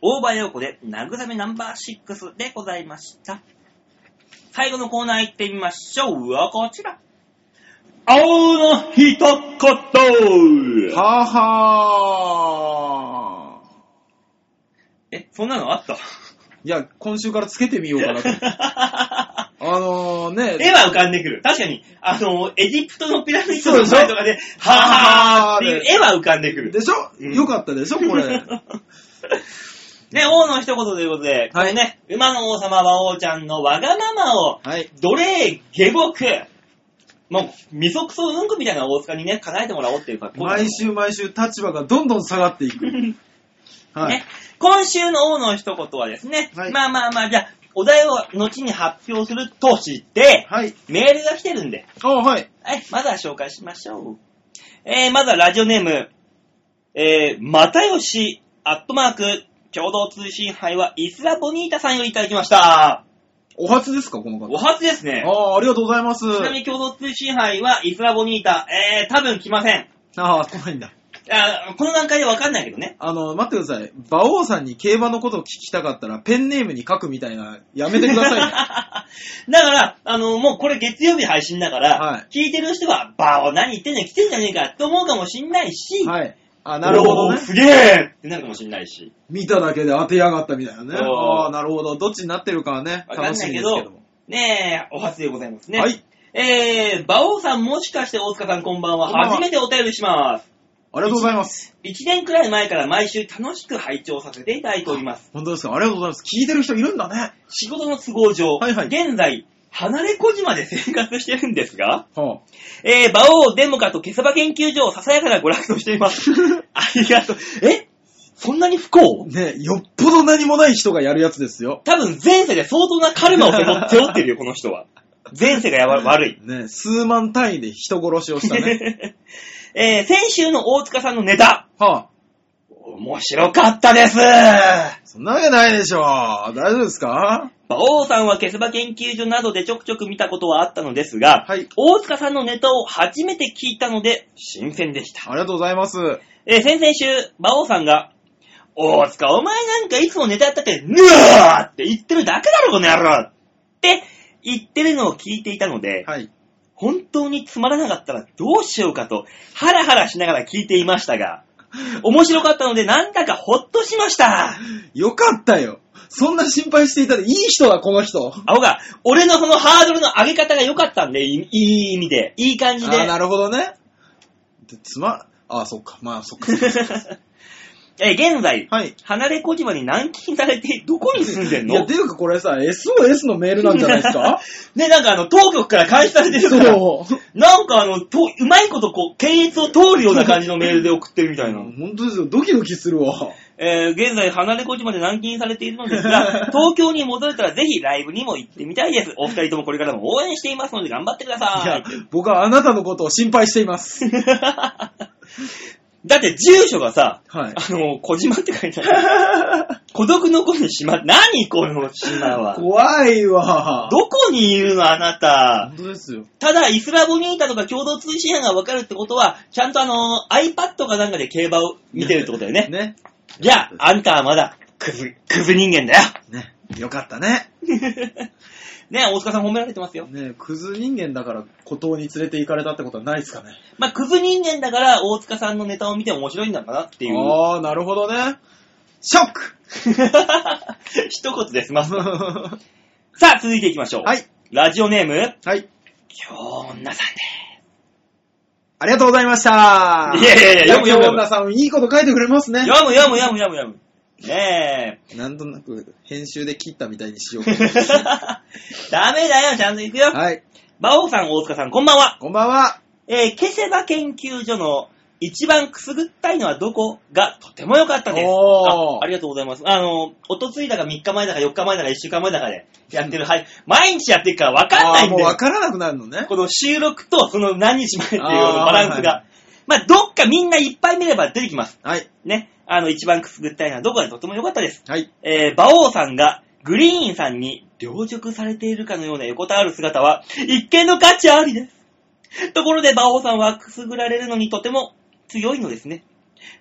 Speaker 2: 大場陽子で、慰めナンバー6でございました。最後のコーナー行ってみましょう。はこちら。青の一言
Speaker 3: はあはあ。
Speaker 2: え、そんなのあった
Speaker 3: いや、今週からつけてみようか なと。あのー、ね、
Speaker 2: 絵は浮かんでくる。確かに、あの、エジプトのピラミッド
Speaker 3: そう
Speaker 2: の
Speaker 3: でしょ
Speaker 2: 前とかで、はぁはぁっていう絵は浮かんでくる。
Speaker 3: でしょ、
Speaker 2: うん
Speaker 3: よかったでしょこ れ。
Speaker 2: ね、王の一言ということで、これね、馬の王様は王ちゃんのわがままを、
Speaker 3: はい。
Speaker 2: 奴隷、下僕、もう、みそくそうんこみたいな大塚にね、叶えてもらおうっていうか、
Speaker 3: 毎週毎週立場がどんどん下がってい く。はい。
Speaker 2: ね、今週の王の一言はですね、
Speaker 3: はい
Speaker 2: まあまあまあ、じゃあ、お題を後に発表するとして、
Speaker 3: はい。
Speaker 2: メールが来てるんで、
Speaker 3: あはい。
Speaker 2: はい、まずは紹介しましょう。えー、まずはラジオネーム、えー、またよし、アットマーク、共同通信杯はイスラボニータさんよりいただきました。
Speaker 3: お初ですかこの
Speaker 2: お
Speaker 3: 方。
Speaker 2: 初ですね。
Speaker 3: ああ、ありがとうございます。
Speaker 2: ちなみに共同通信杯はイスラボニータ、えー、多分来ません。
Speaker 3: ああ、来ないんだ。
Speaker 2: あーこの段階でわかんないけどね。
Speaker 3: あの、待ってください。馬王さんに競馬のことを聞きたかったら、ペンネームに書くみたいな、やめてくだ さい、ね。
Speaker 2: だから、あの、もうこれ月曜日配信だから、
Speaker 3: は
Speaker 2: 聞いてる人は、バオ何言ってんねん、来てんじゃねえかって思うかもしんないし、
Speaker 3: はい。あ、なるほど
Speaker 2: おー
Speaker 3: ね。
Speaker 2: すげえってなるかもしんないし。
Speaker 3: 見ただけで当てやがったみたいなね。
Speaker 2: おー
Speaker 3: ああ、なるほど。どっちになってるかはね、
Speaker 2: わか
Speaker 3: 楽
Speaker 2: ん
Speaker 3: し
Speaker 2: ない
Speaker 3: み
Speaker 2: け
Speaker 3: です
Speaker 2: ど
Speaker 3: けども。
Speaker 2: ねえ、お初でございますね。
Speaker 3: はい。
Speaker 2: えー、馬王さんもしかして大塚さんこんばんは。
Speaker 3: こんばんは
Speaker 2: 初めてお便りします。
Speaker 3: ありがとうございます。
Speaker 2: 1年くらい前から毎週楽しく拝聴させていただいております。
Speaker 3: 本当ですかありがとうございます。聞いてる人いるんだね。
Speaker 2: 仕事の都合上、
Speaker 3: はいはい
Speaker 2: 現在、離れ小島で生活してるんです が、
Speaker 3: は
Speaker 2: えー、馬王デモカとケサバ研究所をささやかな娯楽としてい ます。ありがとう。えそんなに不
Speaker 3: あ、
Speaker 2: 幸
Speaker 3: ねよっぽど何もない人がやるやつですよ。
Speaker 2: 多分前世で相当なカルマを背負背負ってる よ、この人は。前世がやば悪い。
Speaker 3: ね数万単位で人殺しをしたね。
Speaker 2: えー、先週の大塚さんのネタ、
Speaker 3: はあ、
Speaker 2: 面白かったです
Speaker 3: そんなわけないでしょう。大丈夫ですか
Speaker 2: 馬王さんはケスバ研究所などでちょくちょく見たことはあったのですが、
Speaker 3: はい
Speaker 2: 大塚さんのネタを初めて聞いたので、新鮮でした。
Speaker 3: ありがとうございます。
Speaker 2: えー先々週、馬王さんが、大塚、お前なんかいつもネタやったって、ぬわーって言ってるだけだろ、この野郎って言ってるのを聞いていたので、
Speaker 3: はい。
Speaker 2: 本当につまらなかったらどうしようかと、ハラハラしながら聞いていましたが、面白かったので、なんだかほっとしました。
Speaker 3: よかったよ。そんな心配していたで、いい人だ、この人。
Speaker 2: 青が、俺のそのハードルの上げ方が良かったんで、いいいい意味で、いい感じで
Speaker 3: あ。なるほどね。でつま、あ、そっか。まあ、 そっか。
Speaker 2: え現在、
Speaker 3: はい。
Speaker 2: 離れ小島に軟禁されて、どこに住んでん
Speaker 3: いや、
Speaker 2: の
Speaker 3: ていうかこれさ、SOS のメールなんじゃないで すか
Speaker 2: ね、なんかあの、当局から監視されてるから、
Speaker 3: そう。
Speaker 2: なんかあの、とうまいことこう、検閲を通るような感じのメールで送ってるみたいな。
Speaker 3: 本当ですよ。ドキドキするわ。
Speaker 2: えー現在、離れ小島で軟禁されているのです が、東京に戻れたらぜひライブにも行ってみたいです。お二人ともこれからも応援していますので頑張ってくだ
Speaker 3: い
Speaker 2: さ
Speaker 3: や
Speaker 2: い。、
Speaker 3: 僕はあなたのことを心配しています。
Speaker 2: だって住所がさ、
Speaker 3: はい。
Speaker 2: あの、小島って書いてあ る。孤独の子の島。何この島は。
Speaker 3: 怖いわ。
Speaker 2: どこにいるのあなた。
Speaker 3: 本当ですよ。
Speaker 2: ただ、イスラボニータとか共同通信班が分かるってことは、ちゃんとあの、iPad かなんかで競馬を見てるってことだよね。
Speaker 3: ね。
Speaker 2: じゃあ、あんたはまだ、クズ、クズ人間だよ。
Speaker 3: ね。よかったね。
Speaker 2: ね、大塚さん褒められてますよ。
Speaker 3: ねクズ人間だから孤島に連れて行かれたってことはないですかね。
Speaker 2: まあ、クズ人間だから、大塚さんのネタを見て面白いんだかなっていう。
Speaker 3: ああ、なるほどね。ショック
Speaker 2: 一言で済 ます。さあ、続いていきましょう。
Speaker 3: はい。
Speaker 2: ラジオネーム、
Speaker 3: はい。
Speaker 2: 今日女さんで
Speaker 3: ありがとうございました。
Speaker 2: いやいやいやよく読む
Speaker 3: 今日女さん、いいこと書いてくれますね。
Speaker 2: 読む読む読む読む読む。ね
Speaker 3: なんとなく、編集で切ったみたいにしよう
Speaker 2: え。 ダメだよ、ちゃんと行くよ。
Speaker 3: はい。
Speaker 2: 馬王さん、大塚さん、こんばんは。
Speaker 3: こんばんは。
Speaker 2: えー、ケセバ研究所の一番くすぐったいのはどこがとても良かったです。
Speaker 3: おー
Speaker 2: あありがとうございます。あの、おとついだか3日前だか4日前だか1週間前だかでやってる、はい、毎日やってるから分かんない
Speaker 3: あーも
Speaker 2: ん
Speaker 3: う
Speaker 2: で
Speaker 3: わからなくなるのね。
Speaker 2: この収録とその何日前っていうバランス
Speaker 3: あーは
Speaker 2: が。まあ、どっかみんないっぱい見れば出てきます。
Speaker 3: はい。
Speaker 2: ね。あの、一番くすぐったいのはどこがとても良かったです。
Speaker 3: はい。
Speaker 2: えー、馬王さんがグリーンさんに凌辱されているかのような横たわる姿は、一見の価値ありです。ところで馬王さんはくすぐられるのにとても強いのですね。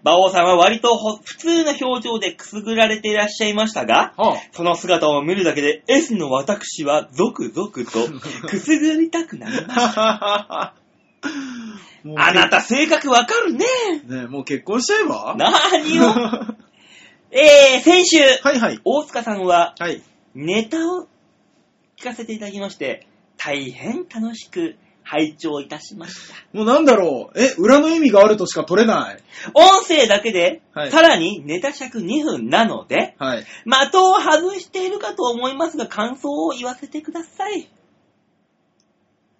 Speaker 2: 馬王さんは割とほ普通の表情でくすぐられていらっしゃいましたが、
Speaker 3: はあ、
Speaker 2: その姿を見るだけで S の私はゾクゾクとくすぐりたくなります。
Speaker 3: もう
Speaker 2: あなた性格わかるね。
Speaker 3: ねえもう結婚しちゃえば
Speaker 2: なーにを。
Speaker 3: は
Speaker 2: えー、先週、
Speaker 3: いはい。
Speaker 2: 大塚さんは
Speaker 3: はい。
Speaker 2: ネタを聞かせていただきまして、大変楽しく拝聴いたしました。
Speaker 3: もうなんだろう。え、裏の意味があるとしか取れない。
Speaker 2: 音声だけで、
Speaker 3: はい
Speaker 2: さらにネタ尺2分なので、
Speaker 3: はい。
Speaker 2: 的を外しているかと思いますが、感想を言わせてください。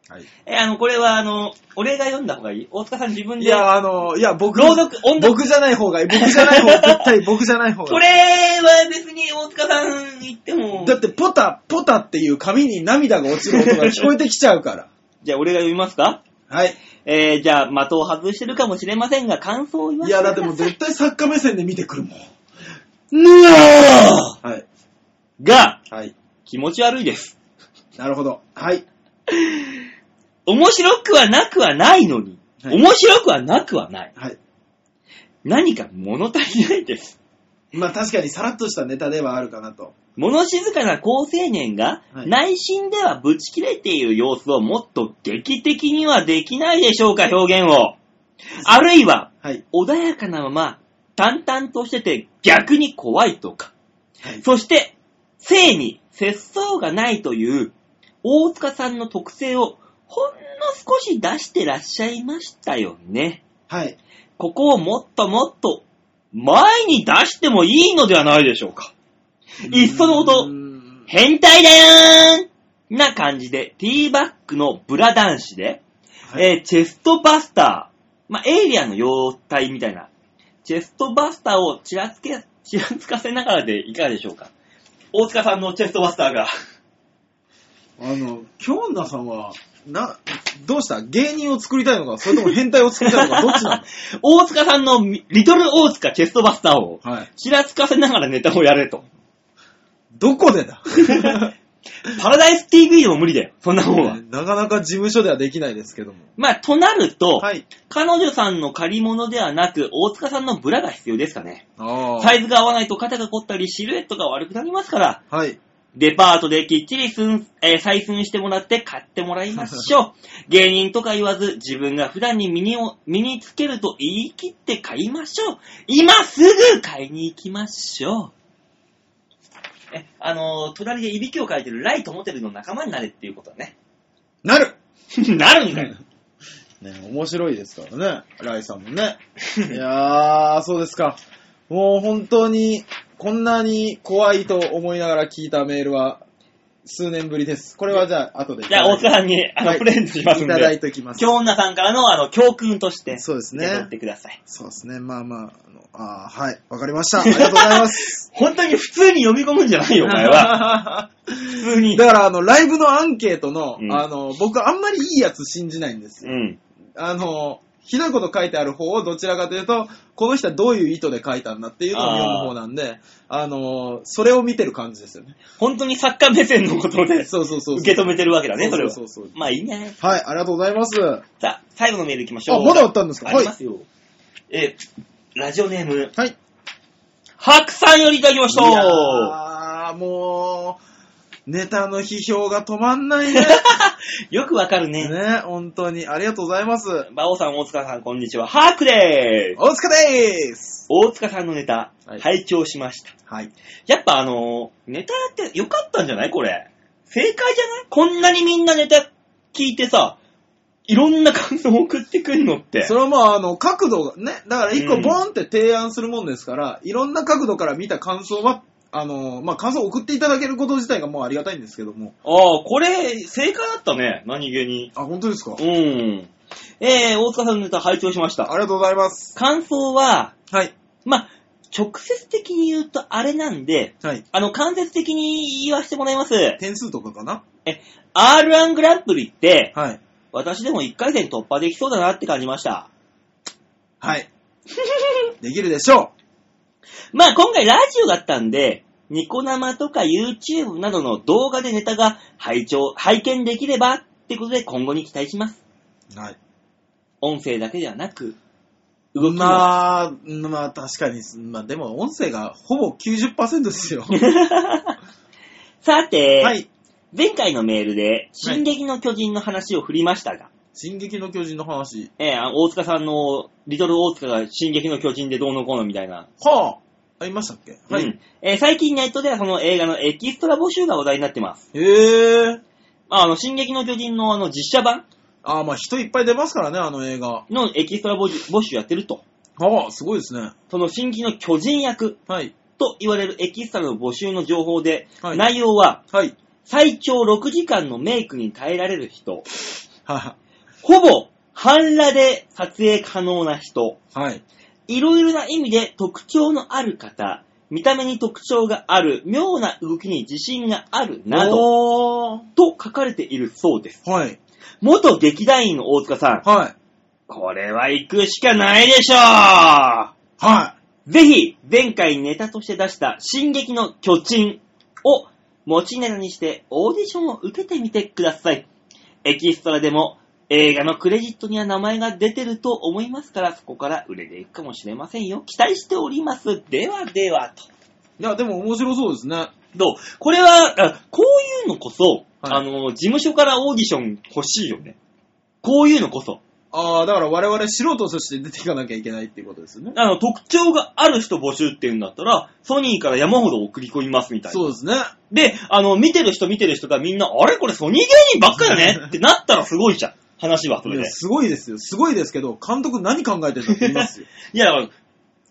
Speaker 3: はい、
Speaker 2: え、あの、これは、あの、俺が読んだ方がいい大塚さん自分
Speaker 3: い
Speaker 2: で。
Speaker 3: や、あの、いや、僕、
Speaker 2: 朗読、音読。
Speaker 3: 僕じゃない方がいい。僕じゃない方が、 絶対僕じゃない方
Speaker 2: こ
Speaker 3: がい
Speaker 2: れは別に大塚さん言っても
Speaker 3: い。。だって、ポタ、ポタっていう紙に涙が落ちる音が聞こえてきちゃうから。
Speaker 2: じゃあ、俺が読みますか
Speaker 3: はい。
Speaker 2: えー、じゃあ、的を外してるかもしれませんが、感想を言わ
Speaker 3: い
Speaker 2: せて
Speaker 3: や、
Speaker 2: く
Speaker 3: だ
Speaker 2: だ
Speaker 3: って
Speaker 2: さい。
Speaker 3: もう絶対作家目線で見てくるもん。
Speaker 1: ぬわ
Speaker 3: はい。
Speaker 2: が、
Speaker 3: はい。
Speaker 2: 気持ち悪いです。
Speaker 3: なるほど。はい。
Speaker 2: 面白くはなくはないのに、
Speaker 3: はい
Speaker 2: 面白くはなくはない。
Speaker 3: はい。
Speaker 2: 何か物足りないです。
Speaker 3: まあ確かにさらっとしたネタではあるかなと。
Speaker 2: 物静かな好青年が
Speaker 3: はい
Speaker 2: 内心ではブチ切れている様子をもっと劇的にはできないでしょうか、表現を。あるいは、
Speaker 3: はい。
Speaker 2: 穏やかなまま淡々としてて逆に怖いとか。
Speaker 3: はい。
Speaker 2: そして、性に節操がないという大塚さんの特性をほんの少し出してらっしゃいましたよね。
Speaker 3: はい。
Speaker 2: ここをもっともっと前に出してもいいのではないでしょうか。いっそのこと
Speaker 3: うーん
Speaker 2: 変態だよーんな感じで、ティーバックのブラ男子で、
Speaker 3: はい
Speaker 2: えーチェストバスター、まあ、エイリアンの妖体みたいな、チェストバスターをちらつけ、ちらつかせながらでいかがでしょうか大塚さんのチェストバスターが。
Speaker 3: あの、京奈さんは、な、どうした芸人を作りたいのか、それとも変態を作りたいのか、どっちな
Speaker 2: 大塚さんのみリトル大塚チェストバスターを、
Speaker 3: のはい。
Speaker 2: ちらつかせながらネタをやれと。
Speaker 3: どこでだ
Speaker 2: パラダイス TV でも無理だよ、そんなもんは。
Speaker 3: なかなか事務所ではできないですけども。
Speaker 2: まあ、となると、
Speaker 3: はい。
Speaker 2: 彼女さんの借り物ではなく、大塚さんのブラが必要ですかね。
Speaker 3: あ
Speaker 2: サ
Speaker 3: ー
Speaker 2: イズが合わないと肩が凝ったり、シルエットが悪くなりますから、
Speaker 3: はい。
Speaker 2: デパートできっちりすん、えー採寸してもらって買ってもらいまし ょう。芸人とか言わず、自分が普段に身にを身につけると言い切って買いましょう。今すぐ買いに行きましょう。え、あのー隣でいびきをかいてるライトモテルの仲間になれっていうことだね。
Speaker 3: なる
Speaker 2: なるんだよ。
Speaker 3: ね、面白いですからね、ライさんも ね。いやー、そうですか。もう本当に、こんなに怖いと思いながら聞いたメールは、数年ぶりです。これはじゃあ、後でい
Speaker 2: じゃあ、大塚さんに、あの、
Speaker 3: はい
Speaker 2: プレゼントしますん
Speaker 3: いただ
Speaker 2: で
Speaker 3: い。ておきます。
Speaker 2: 京女さんからの、あの、教訓として、
Speaker 3: そうです
Speaker 2: 受け取
Speaker 3: ね
Speaker 2: っ。てください。
Speaker 3: そうですね。まあまあ、あのあーはい。わかりました。ありがとうございます。
Speaker 2: 本当に普通に読み込むんじゃない よ、お前は。普通に。
Speaker 3: だから、あの、ライブのアンケートの、
Speaker 2: うん
Speaker 3: あの、僕あんまりいいやつ信じないんですよ。
Speaker 2: うん。
Speaker 3: あの、ひどいこと書いてある方をどちらかというと、この人はどういう意図で書いたんだっていうのを読む方なんで、あの、それを見てる感じですよ ね。
Speaker 2: 本当に作家目線のことで
Speaker 3: そうそうそうそう。
Speaker 2: 受け止めてるわけだね、それは。
Speaker 3: そうそうそうそう
Speaker 2: まあいいね。
Speaker 3: はい、ありがとうございます。あ、
Speaker 2: さあ、最後のメール行きましょう。
Speaker 3: まだあったんですか
Speaker 2: あ
Speaker 3: はい
Speaker 2: りま。すよ。えー、ラジオネーム、
Speaker 3: はい。
Speaker 2: 白さんよりいただきました。
Speaker 3: ああ、もう、ネタの批評が止まんな いね。
Speaker 2: よくわかるね。
Speaker 3: ね、本当に。ありがとうございます。
Speaker 2: 馬王さん、大塚さん、こんにちは。ハークでーす。
Speaker 3: 大塚でーす。
Speaker 2: 大塚さんのネタ、
Speaker 3: はい
Speaker 2: 拝聴しました。
Speaker 3: はい。
Speaker 2: やっぱあのーネタって良かったんじゃないこれ。正解じゃないこんなにみんなネタ聞いてさ、いろんな感想送ってくんのって。
Speaker 3: それはまあ、あの、角度が、ね、だから一
Speaker 2: う
Speaker 3: 個
Speaker 2: ん
Speaker 3: ボーンって提案するもんですから、いろんな角度から見た感想は、あの、まあ、感想を送っていただけること自体がもうありがたいんですけども。
Speaker 2: ああ、これ、正解だったね。何気に。
Speaker 3: あ、本当ですか
Speaker 2: うん。えー、大塚さんのネタ拝聴しまし
Speaker 3: あ
Speaker 2: た。
Speaker 3: りがとうございます。
Speaker 2: 感想は、
Speaker 3: はい。
Speaker 2: まあ、直接的に言うとあれなんで、
Speaker 3: はい。
Speaker 2: あの、間接的に言わせてもらいます。
Speaker 3: 点数とかかな
Speaker 2: R1 グランプリって、
Speaker 3: はい。
Speaker 2: 私でも1回戦突破できそうだなって感じました。
Speaker 3: はい。 できるでしょ
Speaker 2: まあ、今回ラジオだったんで、ニコ生とか YouTube などの動画でネタが拝聴、拝見できればってことで今後に期待します。
Speaker 3: う。はい。
Speaker 2: 音声だけではなく、動きも、
Speaker 3: まあ、まあ確かに、まあでも音声がほぼ90%ですよ。
Speaker 2: さて、
Speaker 3: はい。
Speaker 2: 前回のメールで、進撃の巨人の話を振りましたが、
Speaker 3: 進撃の巨人の話。
Speaker 2: ええあ大塚さんの、リトル大塚が進撃の巨人でどうのこうのみたいな。
Speaker 3: はあ、ありましたっけはい。
Speaker 2: うんえー最近ネットではその映画のエキストラ募集が話題になってます。
Speaker 3: へえ。
Speaker 2: まあ、あの、進撃の巨人のあの、実写版
Speaker 3: ああ、まあ人いっぱい出ますからね、あの映画。
Speaker 2: のエキストラ募集募集やってると。
Speaker 3: はあ、すごいですね。
Speaker 2: その進撃の巨人役
Speaker 3: はい。
Speaker 2: と言われるエキストラの募集の情報で、
Speaker 3: はい
Speaker 2: 内容は、
Speaker 3: はい。
Speaker 2: 最長6時間のメイクに耐えられる人、
Speaker 3: は
Speaker 2: ほぼ半裸で撮影可能な人、
Speaker 3: あはい。
Speaker 2: いろいろな意味で特徴のある方、見た目に特徴がある、妙な動きに自信がある、など、
Speaker 3: おー
Speaker 2: と書かれているそうです。
Speaker 3: はい。
Speaker 2: 元劇団員の大塚さん、
Speaker 3: はい。
Speaker 2: これは行くしかないでしょ
Speaker 3: は
Speaker 2: うぜひ、前回ネタとして出した、進撃の巨人を持ちネタにしてオーディションを受けてみてください。エキストラでも映画のクレジットには名前が出てると思いますから、そこから売れていくかもしれませんよ。期待しております。ではでは、と。
Speaker 3: い。いや、でも面白そうですね。
Speaker 2: どうこれは、あこういうのこそ、
Speaker 3: はい
Speaker 2: あの、事務所からオーディション欲しいよね。こういうのこそ。
Speaker 3: ああ、だから我々素人として出ていかなきゃいけないっていうことですよね。
Speaker 2: あの、特徴がある人募集っていうんだったら、ソニーから山ほど送り込みますみたいな。
Speaker 3: そうですね。
Speaker 2: で、あの、見てる人見てる人がみんな、あれこれソニー芸人ばっかだねってなったらすごいじゃん。話はそれ
Speaker 3: い
Speaker 2: で
Speaker 3: や。すごいですよ。すごいですけど、監督何考えてるんだって言いますよ。
Speaker 2: いや、だから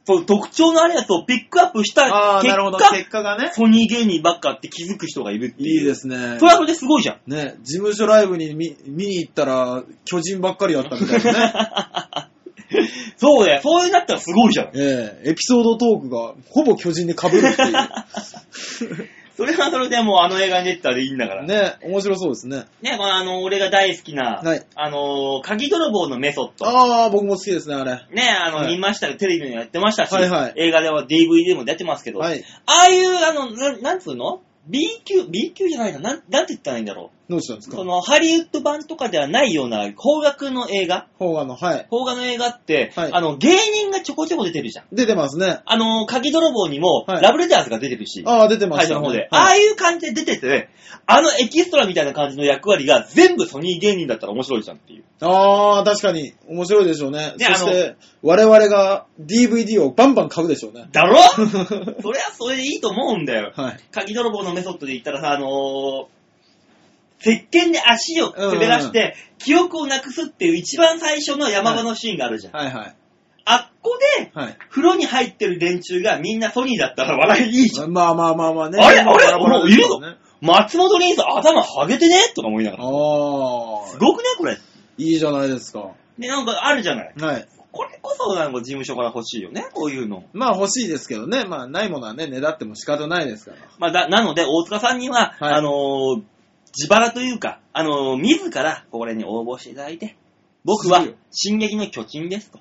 Speaker 2: そう特徴のあるやつをピックアップした
Speaker 3: ああ、
Speaker 2: 結
Speaker 3: なるほど。
Speaker 2: 果
Speaker 3: 結、果がね。
Speaker 2: ソニー芸人ばっかって気づく人がいるっていう。
Speaker 3: いいですね
Speaker 2: そ。れはそれですごいじゃん。
Speaker 3: ね、事務所ライブに見見に行ったら、巨人ばっかりだったみたい なね。
Speaker 2: そうだよ。そうなったらすごいじゃん。
Speaker 3: ええエピソードトークがほぼ巨人で被るっていう。
Speaker 2: それはそれでもうあの映画に出てたらいいんだから。ね、
Speaker 3: ね、面白そうですね。
Speaker 2: まあ、あの、俺が大好きな、
Speaker 3: はい
Speaker 2: あの、鍵泥棒のメソッド。
Speaker 3: ああ、僕も好きですね、あれ。
Speaker 2: ね、あの、
Speaker 3: はい
Speaker 2: 見ましたけど、テレビでもやってましたし、
Speaker 3: はいはい
Speaker 2: 映画では DVD でも出てますけど、
Speaker 3: はい。
Speaker 2: ああいう、あの、ななんつうの ?B 級、B 級じゃないな、なん、なんて言ったらいいんだろ
Speaker 3: どうしたんです
Speaker 2: う。
Speaker 3: か
Speaker 2: その、ハリウッド版とかではないような、邦楽の映画、
Speaker 3: 方がの、はい。
Speaker 2: 邦画の映画って、
Speaker 3: はい
Speaker 2: あの、芸人がちょこちょこ出てるじゃん。
Speaker 3: 出てますね。
Speaker 2: あの、鍵泥棒にも、
Speaker 3: はい
Speaker 2: ラブレターズが出てるし、
Speaker 3: ああ、出てま
Speaker 2: 最
Speaker 3: し
Speaker 2: 初
Speaker 3: た、
Speaker 2: の方
Speaker 3: ね。
Speaker 2: で、あ
Speaker 3: は
Speaker 2: あ
Speaker 3: い。
Speaker 2: いう感じで出てて、あのエキストラみたいな感じの役割が全部ソニー芸人だったら面白いじゃんっていう。
Speaker 3: ああ、確かに。面白いでしょうね。
Speaker 2: で
Speaker 3: そして、我々が DVD をバンバン買うでしょうね。
Speaker 2: だ ろそりゃそれでいいと思うんだよ。
Speaker 3: はい。
Speaker 2: 鍵泥棒のメソッドで言ったらさ、あのー、石鹸で足を滑らして、記憶をなくすっていう一番最初の山場のシーンがあるじゃん。
Speaker 3: はいはい。
Speaker 2: あっこで、
Speaker 3: はい。
Speaker 2: 風呂に入ってる連中がみんなソニーだったら笑いいいじゃん。
Speaker 3: まあまあまあまあね。
Speaker 2: あれあれ
Speaker 3: バラバラですからね
Speaker 2: 松本凛さん頭ハゲてねとか思いながら。
Speaker 3: あ
Speaker 2: す
Speaker 3: あ、
Speaker 2: ごくねこれ。
Speaker 3: いいじゃないですか。
Speaker 2: で、なんかあるじゃない。
Speaker 3: はい。
Speaker 2: これこそなんか事務所から欲しいよね、こういうの。
Speaker 3: まあ欲しいですけどね。まあないものはね、ねだっても仕方ないですから。
Speaker 2: まあ、だなので、大塚さんには、
Speaker 3: はい
Speaker 2: あのー自腹というか、あのー自らこれに応募していただいて、僕は
Speaker 3: すごいよ、
Speaker 2: 進撃の巨人ですと。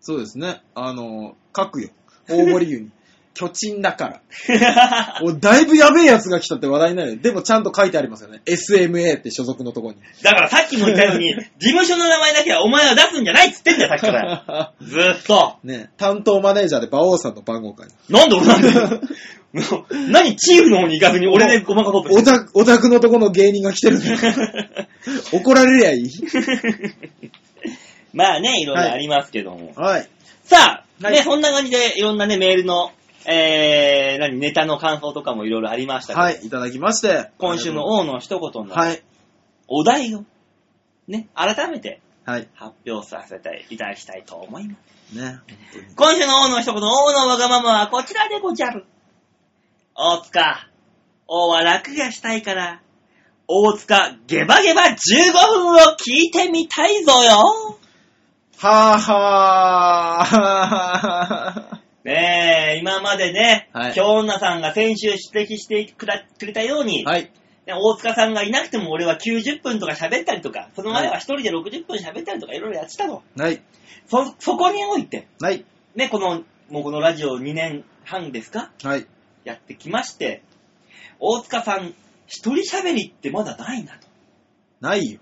Speaker 3: そうですね。あの、書くよ。大 森湯に。巨人だから。おだいぶやべえやつが来たって話題になるよ。でもちゃんと書いてありますよね。SMA って所属のとこに。
Speaker 2: だからさっきも言ったように、事務所の名前だけはお前は出すんじゃないっつってんだよ、さっきから。ずーっと。
Speaker 3: ね担当マネージャーで馬王さんの番号書いて
Speaker 2: なんで俺 なんだよ。もう何チーフの方に行かずに俺でごまかそうと
Speaker 3: お
Speaker 2: して。
Speaker 3: た、おたくのとこの芸人が来てるん だよ怒られりゃいい。
Speaker 2: まあね、いろいろありますけども。
Speaker 3: はい。
Speaker 2: さあ、
Speaker 3: はい
Speaker 2: ね、そんな感じでいろんなね、メールの、えー、何、ネタの感想とかもいろいろありましたけど、
Speaker 3: はい、いただきまして。
Speaker 2: 今週の王の一言の、
Speaker 3: はい。
Speaker 2: お題を、ね、改めて
Speaker 3: はい。
Speaker 2: 発表させていただきたいと思います。
Speaker 3: ね。
Speaker 2: 今週の王の一言、王のわがままはこちらでごじゃる。大塚、王は楽がしたいから、大塚ゲバゲバ15分を聞いてみたいぞよ。
Speaker 3: はぁはぁ。
Speaker 2: ねえ、今までね、
Speaker 3: はい
Speaker 2: 京女さんが先週指摘してくらくれたように、
Speaker 3: はい。
Speaker 2: ね大塚さんがいなくても俺は90分とか喋ったりとか、その前は一人で60分喋ったりとかいろいろやってたの。
Speaker 3: はい。
Speaker 2: そ、そこにおいて、
Speaker 3: はい。
Speaker 2: ね、この、もうこのラジオ2年半ですか
Speaker 3: はい。
Speaker 2: やってきまして、大塚さん、一人喋りってまだないなと。
Speaker 3: ないよ。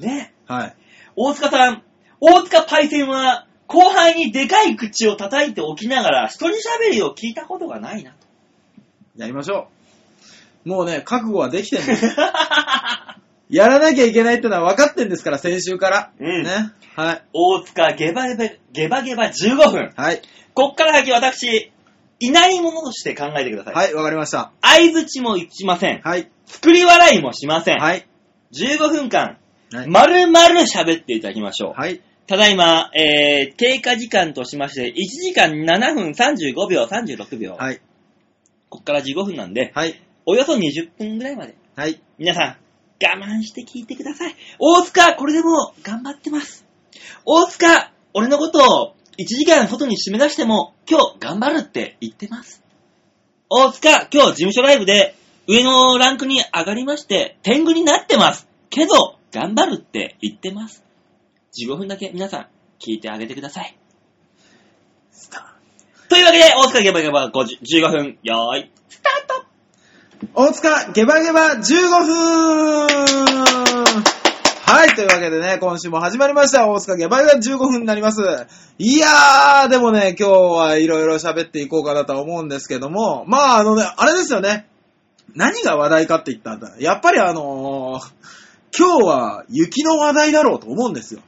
Speaker 2: ね。
Speaker 3: はい。
Speaker 2: 大塚さん、大塚パイセンは後輩にでかい口を叩いておきながら、一人喋りを聞いたことがないなと。
Speaker 3: やりましょう。もうね、覚悟はできてんの。 やらなきゃいけないってのは分かってんですから、先週から。
Speaker 2: うん
Speaker 3: ね。はい。
Speaker 2: 大塚ゲバゲバ、ゲバゲバ15分。
Speaker 3: はい。
Speaker 2: こっから先私、いないものとして考えてください。
Speaker 3: はい、わかりました。
Speaker 2: 相づちも打ちません。
Speaker 3: はい。
Speaker 2: 作り笑いもしません。
Speaker 3: はい。
Speaker 2: 15分間、
Speaker 3: はい。
Speaker 2: まるまる喋っていただきましょう。
Speaker 3: はい。
Speaker 2: ただいま、えー、経過時間としまして、1時間7分35秒、36秒。
Speaker 3: はい。
Speaker 2: こっから15分なんで、
Speaker 3: はい。
Speaker 2: およそ20分ぐらいまで。
Speaker 3: はい。
Speaker 2: 皆さん、我慢して聞いてください。大塚、これでもう頑張ってます。大塚、俺のことを1時間外に締め出しても、今日頑張るって言ってます。大塚、今日事務所ライブで上のランクに上がりまして、天狗になってます。けど、頑張るって言ってます。15分だけ皆さん、聞いてあげてください。というわけで、大塚ゲバゲバ50 15分、よーい、スタート
Speaker 3: 大塚、ゲバゲバ15分はい、というわけでね、今週も始まりました。大塚ゲバゲバ15分になります。いやー、でもね、今日はいろいろ喋っていこうかなとは思うんですけども、まあ、あのね、あれですよね。何が話題かって言ったんだ。やっぱりあのー今日は雪の話題だろうと思うんですよ。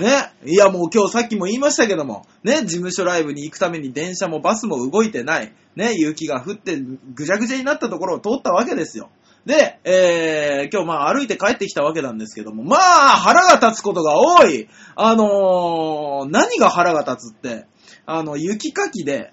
Speaker 3: ね。いや、もう今日さっきも言いましたけども、ね、事務所ライブに行くために電車もバスも動いてない。ね、雪が降ってぐちゃぐちゃになったところを通ったわけですよ。で、えー、今日まあ歩いて帰ってきたわけなんですけども、まあ腹が立つことが多い。あのー、何が腹が立つって、あの、雪かきで、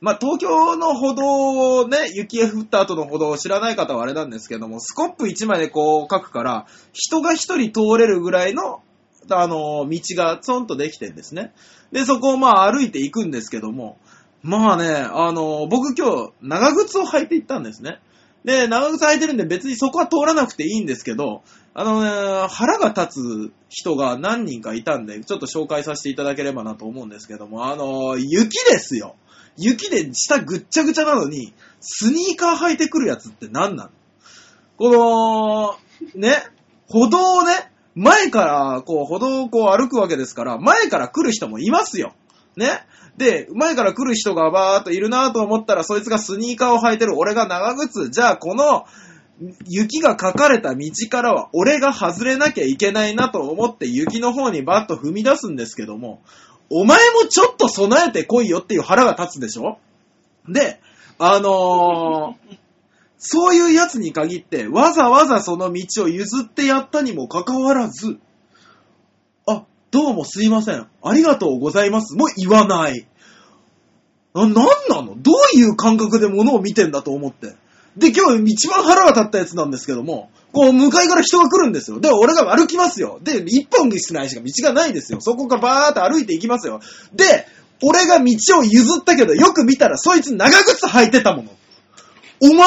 Speaker 3: まあ、東京の歩道をね、雪が降った後の歩道を知らない方はあれなんですけども、スコップ1枚でこう書くから、人が1人通れるぐらいの、あの、道がツンとできてんですね。で、そこをまあ歩いていくんですけども、まあね、あの、僕今日長靴を履いていったんですね。で、長靴履いてるんで別にそこは通らなくていいんですけど、あのね、腹が立つ人が何人かいたんで、ちょっと紹介させていただければなと思うんですけども、あの、雪ですよ。雪で下ぐっちゃぐちゃなのに、スニーカー履いてくるやつって何なのこの、ね、歩道をね、前から、こう、歩道をこう歩くわけですから、前から来る人もいますよ。ね。で、前から来る人がバーっといるなと思ったら、そいつがスニーカーを履いてる、俺が長靴、じゃあこの、雪が書かれた道からは俺が外れなきゃいけないなと思って雪の方にバッと踏み出すんですけども、お前もちょっと備えてこいよっていう腹が立つでしょで、あのーそういうやつに限って、わざわざその道を譲ってやったにもかかわらず、あ、どうもすいません。ありがとうございます。もう言わない。な、なんなのどういう感覚で物を見てんだと思って。で、今日一番腹が立ったやつなんですけども、こう、向かいから人が来るんですよ。で、俺が歩きますよ。で、一本道しないしか道がないですよ。そこからバーって歩いていきますよ。で、俺が道を譲ったけど、よく見たらそいつ長靴履いてたもの。お前も、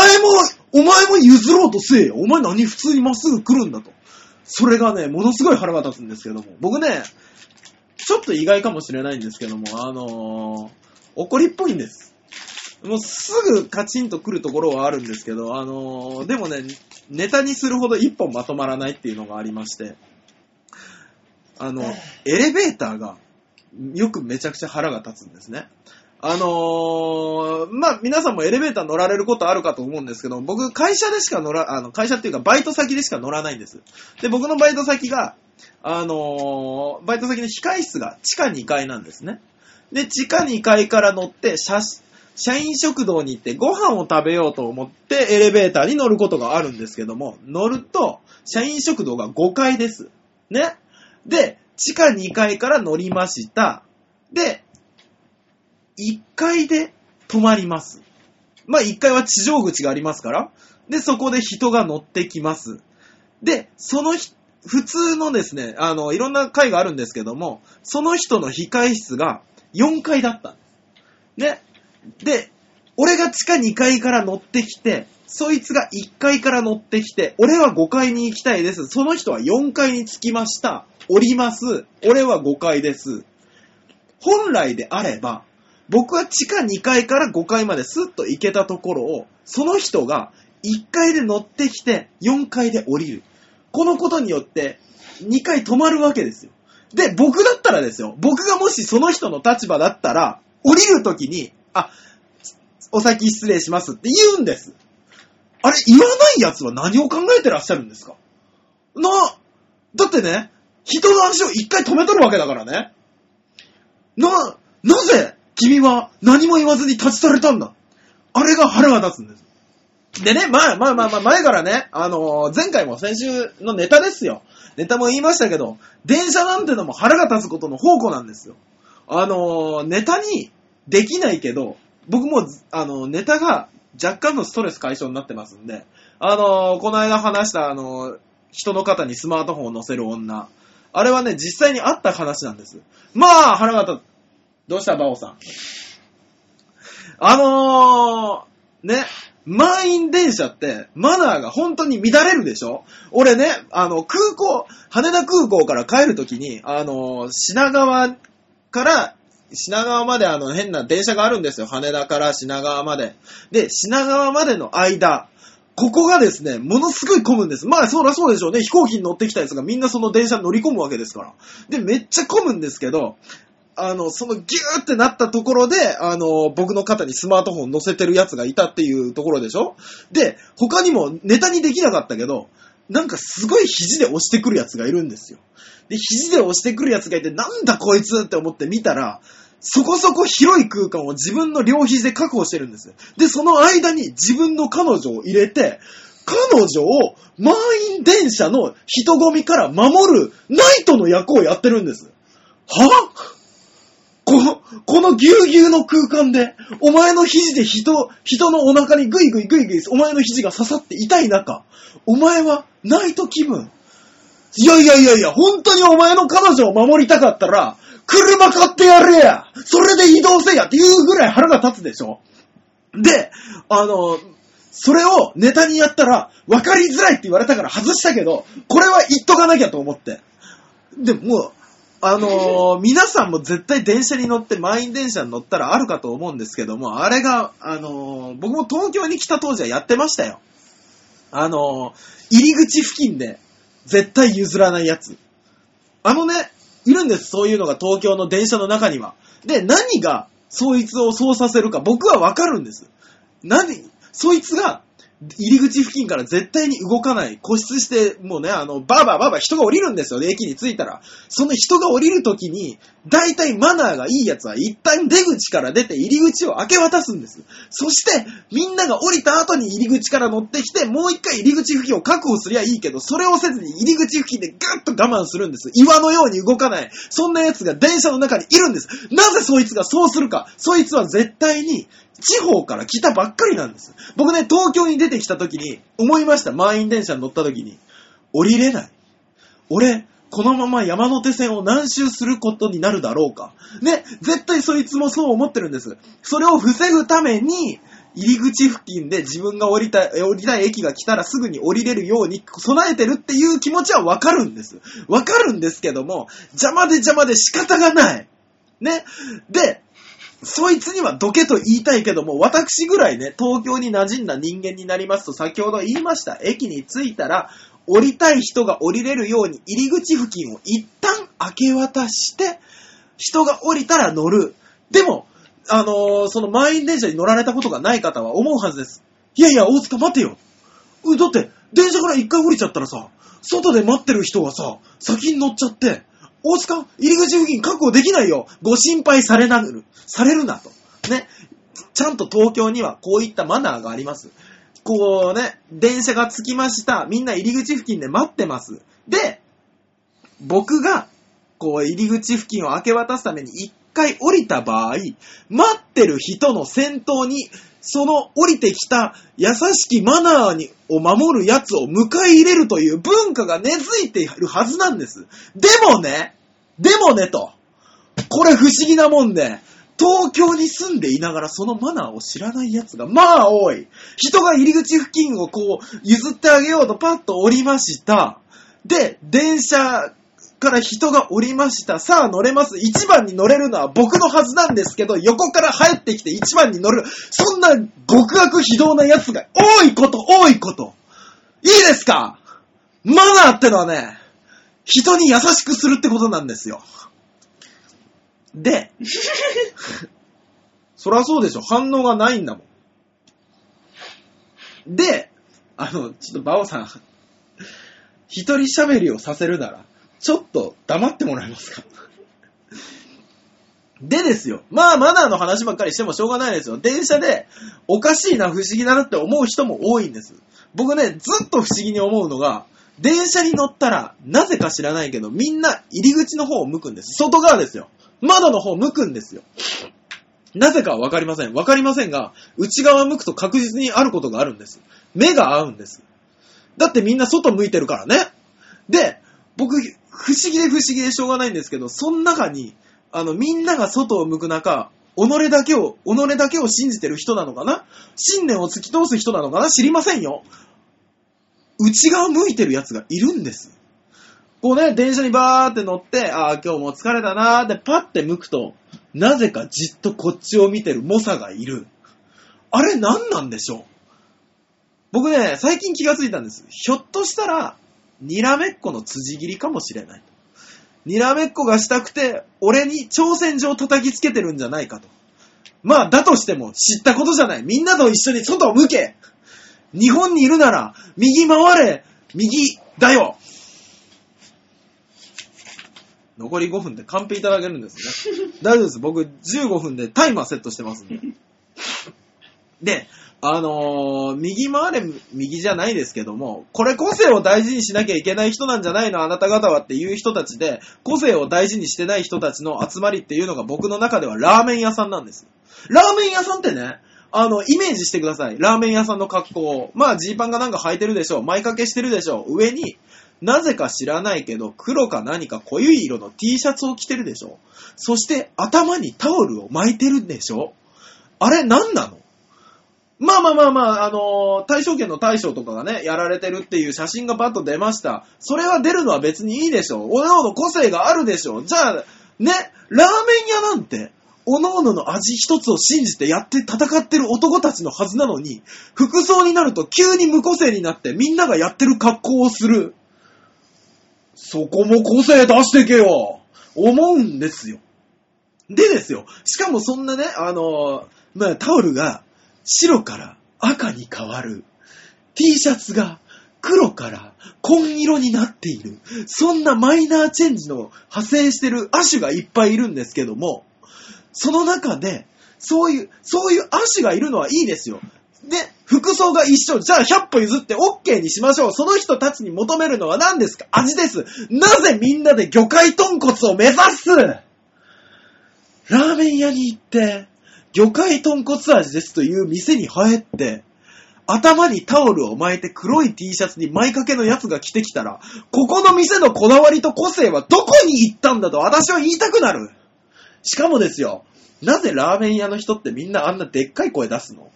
Speaker 3: お前も譲ろうとせえよ。お前何普通にまっすぐ来るんだと。それがね、ものすごい腹が立つんですけども。僕ね、ちょっと意外かもしれないんですけども、あのー怒りっぽいんです。もうすぐカチンと来るところはあるんですけど、あのーでもね、ネタにするほど一本まとまらないっていうのがありまして、あの、エレベーターがよくめちゃくちゃ腹が立つんですね。あのーまあ、皆さんもエレベーター乗られることあるかと思うんですけど、僕、会社でしか乗ら、あの、会社っていうか、バイト先でしか乗らないんです。で、僕のバイト先が、あのーバイト先の控室が地下2階なんですね。で、地下2階から乗って、社、社員食堂に行ってご飯を食べようと思ってエレベーターに乗ることがあるんですけども、乗ると、社員食堂が5階です。ね。で、地下2階から乗りました。で、1階で止まります。まあ、1階は地上口がありますから。で、そこで人が乗ってきます。で、そのひ普通のですね、あの、いろんな階があるんですけども、その人の控室が4階だったんです。ね。で、俺が地下2階から乗ってきて、そいつが1階から乗ってきて、俺は5階に行きたいです。その人は4階に着きました。降ります。俺は5階です。本来であれば、僕は地下2階から5階までスッと行けたところを、その人が1階で乗ってきて、4階で降りる。このことによって、2階止まるわけですよ。で、僕だったらですよ、僕がもしその人の立場だったら、降りるときに、あ、お先失礼しますって言うんです。あれ、言わない奴は何を考えてらっしゃるんですかな、だってね、人の足を一回止めとるわけだからね。な、なぜ君は何も言わずに立ち去れたんだあれが腹が立つんです。でね、まあまあまあまあ、前からね、あのー前回も先週のネタですよ。ネタも言いましたけど、電車なんてのも腹が立つことの宝庫なんですよ。あのーネタにできないけど、僕も、あのーネタが若干のストレス解消になってますんで、あのーこの間話した、あのー人の肩にスマートフォンを載せる女。あれはね、実際にあった話なんです。まあ、腹が立つ。どうした、バオさん。あのー、ね、満員電車って、マナーが本当に乱れるでしょ俺ね、あの、空港、羽田空港から帰るときに、あのー、品川から、品川まであの、変な電車があるんですよ。羽田から品川まで。で、品川までの間、ここがですね、ものすごい混むんです。まあ、そらそうでしょうね。飛行機に乗ってきたやつがみんなその電車に乗り込むわけですから。で、めっちゃ混むんですけど、あの、そのギューってなったところで、あの、僕の肩にスマートフォン乗せてるやつがいたっていうところでしょで、他にもネタにできなかったけど、なんかすごい肘で押してくるやつがいるんですよ。で、肘で押してくるやつがいて、なんだこいつって思って見たら、そこそこ広い空間を自分の両肘で確保してるんです。で、その間に自分の彼女を入れて、彼女を満員電車の人混みから守るナイトの役をやってるんです。はこの、このぎゅうぎゅうの空間で、お前の肘で人、人のお腹にグイグイグイグイ、お前の肘が刺さって痛い中、お前はナイト気分。いやいやいやいや、本当にお前の彼女を守りたかったら、車買ってやれやそれで移動せやっていうぐらい腹が立つでしょで、あの、それをネタにやったら、分かりづらいって言われたから外したけど、これは言っとかなきゃと思って。でもう、あのー皆さんも絶対電車に乗って、満員電車に乗ったらあるかと思うんですけども、あれが、あのー僕も東京に来た当時はやってましたよ。あのー入り口付近で、絶対譲らないやつ。あのね、いるんです、そういうのが東京の電車の中には。で、何が、そいつをそうさせるか、僕はわかるんです。何、そいつが、入り口付近から絶対に動かない、固執して、もうね、あの、バーバーバーバー人が降りるんですよね、駅に着いたら。その人が降りるときに、大体マナーがいいやつは一旦出口から出て入り口を開け渡すんです。そして、みんなが降りた後に入り口から乗ってきて、もう一回入り口付近を確保すりゃいいけど、それをせずに入り口付近でガッと我慢するんです。岩のように動かない。そんなやつが電車の中にいるんです。なぜそいつがそうするか。そいつは絶対に、地方から来たばっかりなんです。僕ね、東京に出てきた時に、思いました。満員電車に乗った時に。降りれない。俺、このまま山手線を何周することになるだろうか。ね、絶対そいつもそう思ってるんです。それを防ぐために、入り口付近で自分が降りた、え降りたい駅が来たらすぐに降りれるように備えてるっていう気持ちはわかるんです。わかるんですけども、邪魔で邪魔で仕方がない。ね。で、そいつにはどけと言いたいけども、私ぐらいね、東京に馴染んだ人間になりますと、先ほど言いました、駅に着いたら、降りたい人が降りれるように入り口付近を一旦明け渡して、人が降りたら乗る。でも、あのーその満員電車に乗られたことがない方は思うはずです。いやいや、大塚待てよ。うだって、電車から一回降りちゃったらさ、外で待ってる人がさ、先に乗っちゃって、大塚、入り口付近確保できないよ。ご心配されなる、されるなと。ね。ちゃんと東京にはこういったマナーがあります。こうね、電車が着きました。みんな入り口付近で待ってます。で、僕が、こう、入り口付近を明け渡すために一回降りた場合、待ってる人の先頭に、その降りてきた優しきマナーにを守るやつを迎え入れるという文化が根付いているはずなんです。でもね、でもねと、これ不思議なもんで、東京に住んでいながらそのマナーを知らない奴がまあ多い。人が入り口付近をこう譲ってあげようとパッと降りました。で、電車から人が降りました。さあ乗れます。1番に乗れるのは僕のはずなんですけど、横から入ってきて1番に乗る。そんな極悪非道な奴が多いこと多いこと。いいですかマナーってのはね、人に優しくするってことなんですよ。で、そりゃそうでしょ。反応がないんだもん。で、あの、ちょっとバオさん、一人喋りをさせるなら、ちょっと黙ってもらえますか。 でですよ。まあ、マナーの話ばっかりしてもしょうがないですよ。電車で、おかしいな、不思議だなって思う人も多いんです。僕ね、ずっと不思議に思うのが、電車に乗ったら、なぜか知らないけど、みんな入り口の方を向くんです。外側ですよ。窓の方向くんですよ。なぜかわかりません。わかりませんが、内側向くと確実にあることがあるんです。目が合うんです。だってみんな外向いてるからね。で、僕、不思議で不思議でしょうがないんですけど、その中に、あの、みんなが外を向く中、己だけを、己だけを信じてる人なのかな信念を突き通す人なのかな知りませんよ。内側向いてる奴がいるんです。こうね、電車にバーって乗って、ああ、今日も疲れたなーってパッて向くと、なぜかじっとこっちを見てる猛者がいる。あれ何なんでしょう僕ね、最近気がついたんです。ひょっとしたら、にらめっこの辻切りかもしれない。にらめっこがしたくて、俺に挑戦状を叩きつけてるんじゃないかと。まあ、だとしても知ったことじゃない。みんなと一緒に外を向け日本にいるなら、右回れ右だよ残り5分でカンペいただけるんですね。大丈夫です。僕15分でタイマーセットしてますんで。で、あのー右回れ右じゃないですけども、これ個性を大事にしなきゃいけない人なんじゃないのあなた方はっていう人たちで、個性を大事にしてない人たちの集まりっていうのが僕の中ではラーメン屋さんなんです。ラーメン屋さんってね、あの、イメージしてください。ラーメン屋さんの格好を。まあ、ジーパンがなんか履いてるでしょう。前掛けしてるでしょう。上に、なぜか知らないけど、黒か何か濃い色の T シャツを着てるでしょう。そして、頭にタオルを巻いてるでしょう。あれ、なんなのまあまあまあまあ、あのー大将権の大将とかがね、やられてるっていう写真がパッと出ました。それは出るのは別にいいでしょう。おのおの個性があるでしょう。じゃあ、ね、ラーメン屋なんて、おのおのの味一つを信じてやって戦ってる男たちのはずなのに、服装になると急に無個性になってみんながやってる格好をする。そこも個性出してけよ思うんですよ。でですよ。しかもそんなね、あのーまあ、タオルが白から赤に変わる。T シャツが黒から紺色になっている。そんなマイナーチェンジの派生してる亜種がいっぱいいるんですけども、その中で、そういう、そういう亜種がいるのはいいですよ。で、服装が一緒。じゃあ100歩譲って OK にしましょう。その人たちに求めるのは何ですか味です。なぜみんなで魚介豚骨を目指すラーメン屋に行って、魚介豚骨味ですという店に入って、頭にタオルを巻いて黒い T シャツに前掛けのやつが着てきたら、ここの店のこだわりと個性はどこに行ったんだと私は言いたくなる。しかもですよ、なぜラーメン屋の人ってみんなあんなでっかい声出すの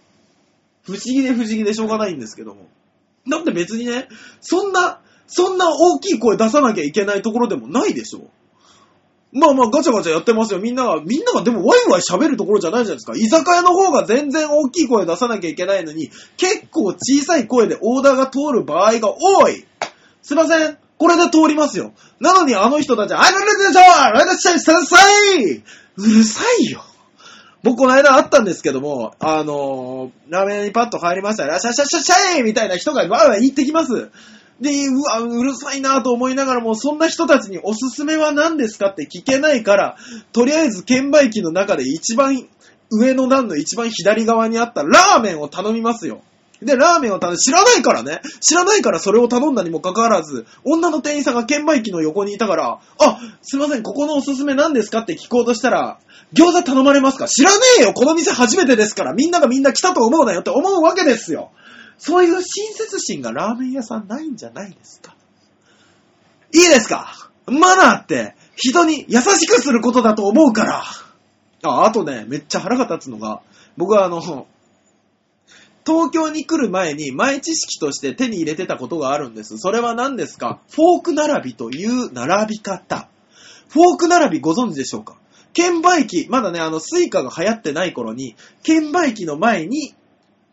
Speaker 3: 不思議で不思議でしょうがないんですけども。だって別にね、そんな、そんな大きい声出さなきゃいけないところでもないでしょまあまあガチャガチャやってますよ。みんなが、みんながでもワイワイ喋るところじゃないじゃないですか。居酒屋の方が全然大きい声出さなきゃいけないのに、結構小さい声でオーダーが通る場合が多いすいません。これで通りますよ。なのにあの人たち、あれれれでしょあれでしょさんさいうるさいよ。僕この間会ったんですけども、あのー、ラーメン屋にパッと入りましたら、シャシャシャシャイみたいな人がわーわー言ってきます。で、うわ、うるさいなと思いながらも、そんな人たちにおすすめは何ですかって聞けないから、とりあえず券売機の中で一番上の段の一番左側にあったラーメンを頼みますよ。で、ラーメンを頼んで、知らないからね、知らないからそれを頼んだにもかかわらず、女の店員さんが券売機の横にいたから、あ、すいません、ここのおすすめ何ですかって聞こうとしたら、餃子頼まれますか知らねえよこの店初めてですからみんながみんな来たと思うなよって思うわけですよそういう親切心がラーメン屋さんないんじゃないですかいいですかマナーって人に優しくすることだと思うからあ、あとね、めっちゃ腹が立つのが、僕はあの、東京に来る前に前知識として手に入れてたことがあるんです。それは何ですかフォーク並びという並び方。フォーク並びご存知でしょうか券売機、まだね、あの、スイカが流行ってない頃に、券売機の前に、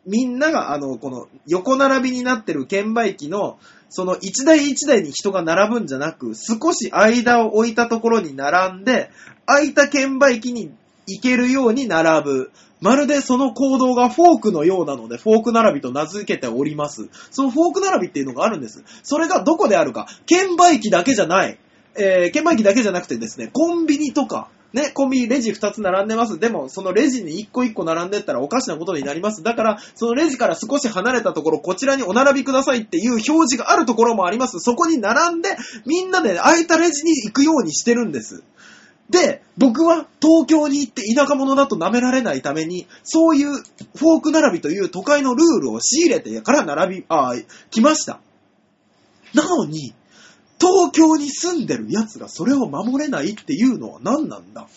Speaker 3: みんなが、あの、この横並びになってる券売機の、その一台一台に人が並ぶんじゃなく、少し間を置いたところに並んで、空いた券売機に行けるように並ぶ。まるでその行動がフォークのようなので、フォーク並びと名付けております。そのフォーク並びっていうのがあるんです。それがどこであるか。券売機だけじゃない。えー、券売機だけじゃなくてですね、コンビニとか、ね、コンビニレジ2つ並んでます。でも、そのレジに1個1個並んでったらおかしなことになります。だから、そのレジから少し離れたところ、こちらにお並びくださいっていう表示があるところもあります。そこに並んで、みんなで空いたレジに行くようにしてるんです。で、僕は東京に行って田舎者だと舐められないために、そういうフォーク並びという都会のルールを仕入れてから並び、あー来ました。なのに、東京に住んでる奴がそれを守れないっていうのは何なんだ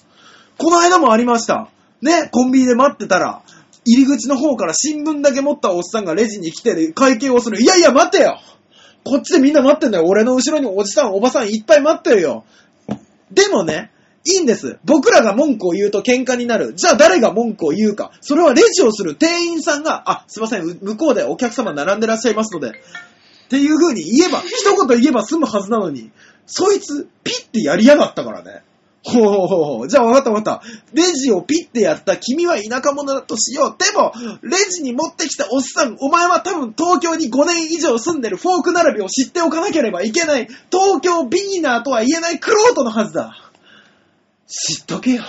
Speaker 3: この間もありました。ね、コンビニで待ってたら、入り口の方から新聞だけ持ったおっさんがレジに来て会計をする。いやいや、待てよこっちでみんな待ってんだよ。俺の後ろにおじさん、おばさんいっぱい待ってるよ。でもね、いいんです。僕らが文句を言うと喧嘩になる。じゃあ誰が文句を言うか。それはレジをする店員さんが、あ、すいません、う向こうでお客様並んでらっしゃいますので、っていう風に言えば、一言言えば済むはずなのに、そいつ、ピッてやりやがったからね。ほうほうほうほう。じゃあ分かった分かった。レジをピッてやった君は田舎者だとしよう。でも、レジに持ってきたおっさん、お前は多分東京に5年以上住んでるフォーク並びを知っておかなければいけない、東京ビギナーとは言えないクロートのはずだ。知っとけよ。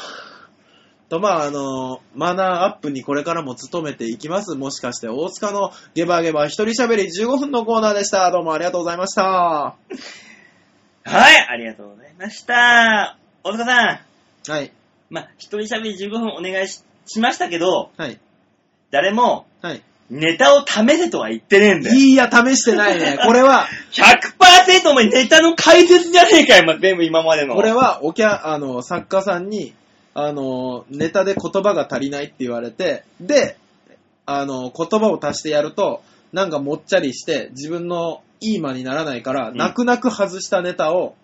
Speaker 3: と、まあ、あの、マナーアップにこれからも努めていきます。もしかして、大塚のゲバゲバ一人喋り15分のコーナーでした。どうもありがとうございました。
Speaker 2: はい、ありがとうございました。大塚さん、
Speaker 3: はい、
Speaker 2: まあ、一人喋り15分お願いししましたけど、
Speaker 3: はい、
Speaker 2: 誰も
Speaker 3: はい。
Speaker 2: ネタを試せとは言ってねえんだよ。
Speaker 3: いいや、試してないね。これは、
Speaker 2: 100%お前ネタの解説じゃねえかよ、ま全部今までの。
Speaker 3: これは、おきゃ、あの、作家さんに、あの、ネタで言葉が足りないって言われて、で、あの、言葉を足してやると、なんかもっちゃりして、自分のいい間にならないから、
Speaker 2: うん
Speaker 3: 泣く泣く外したネタを、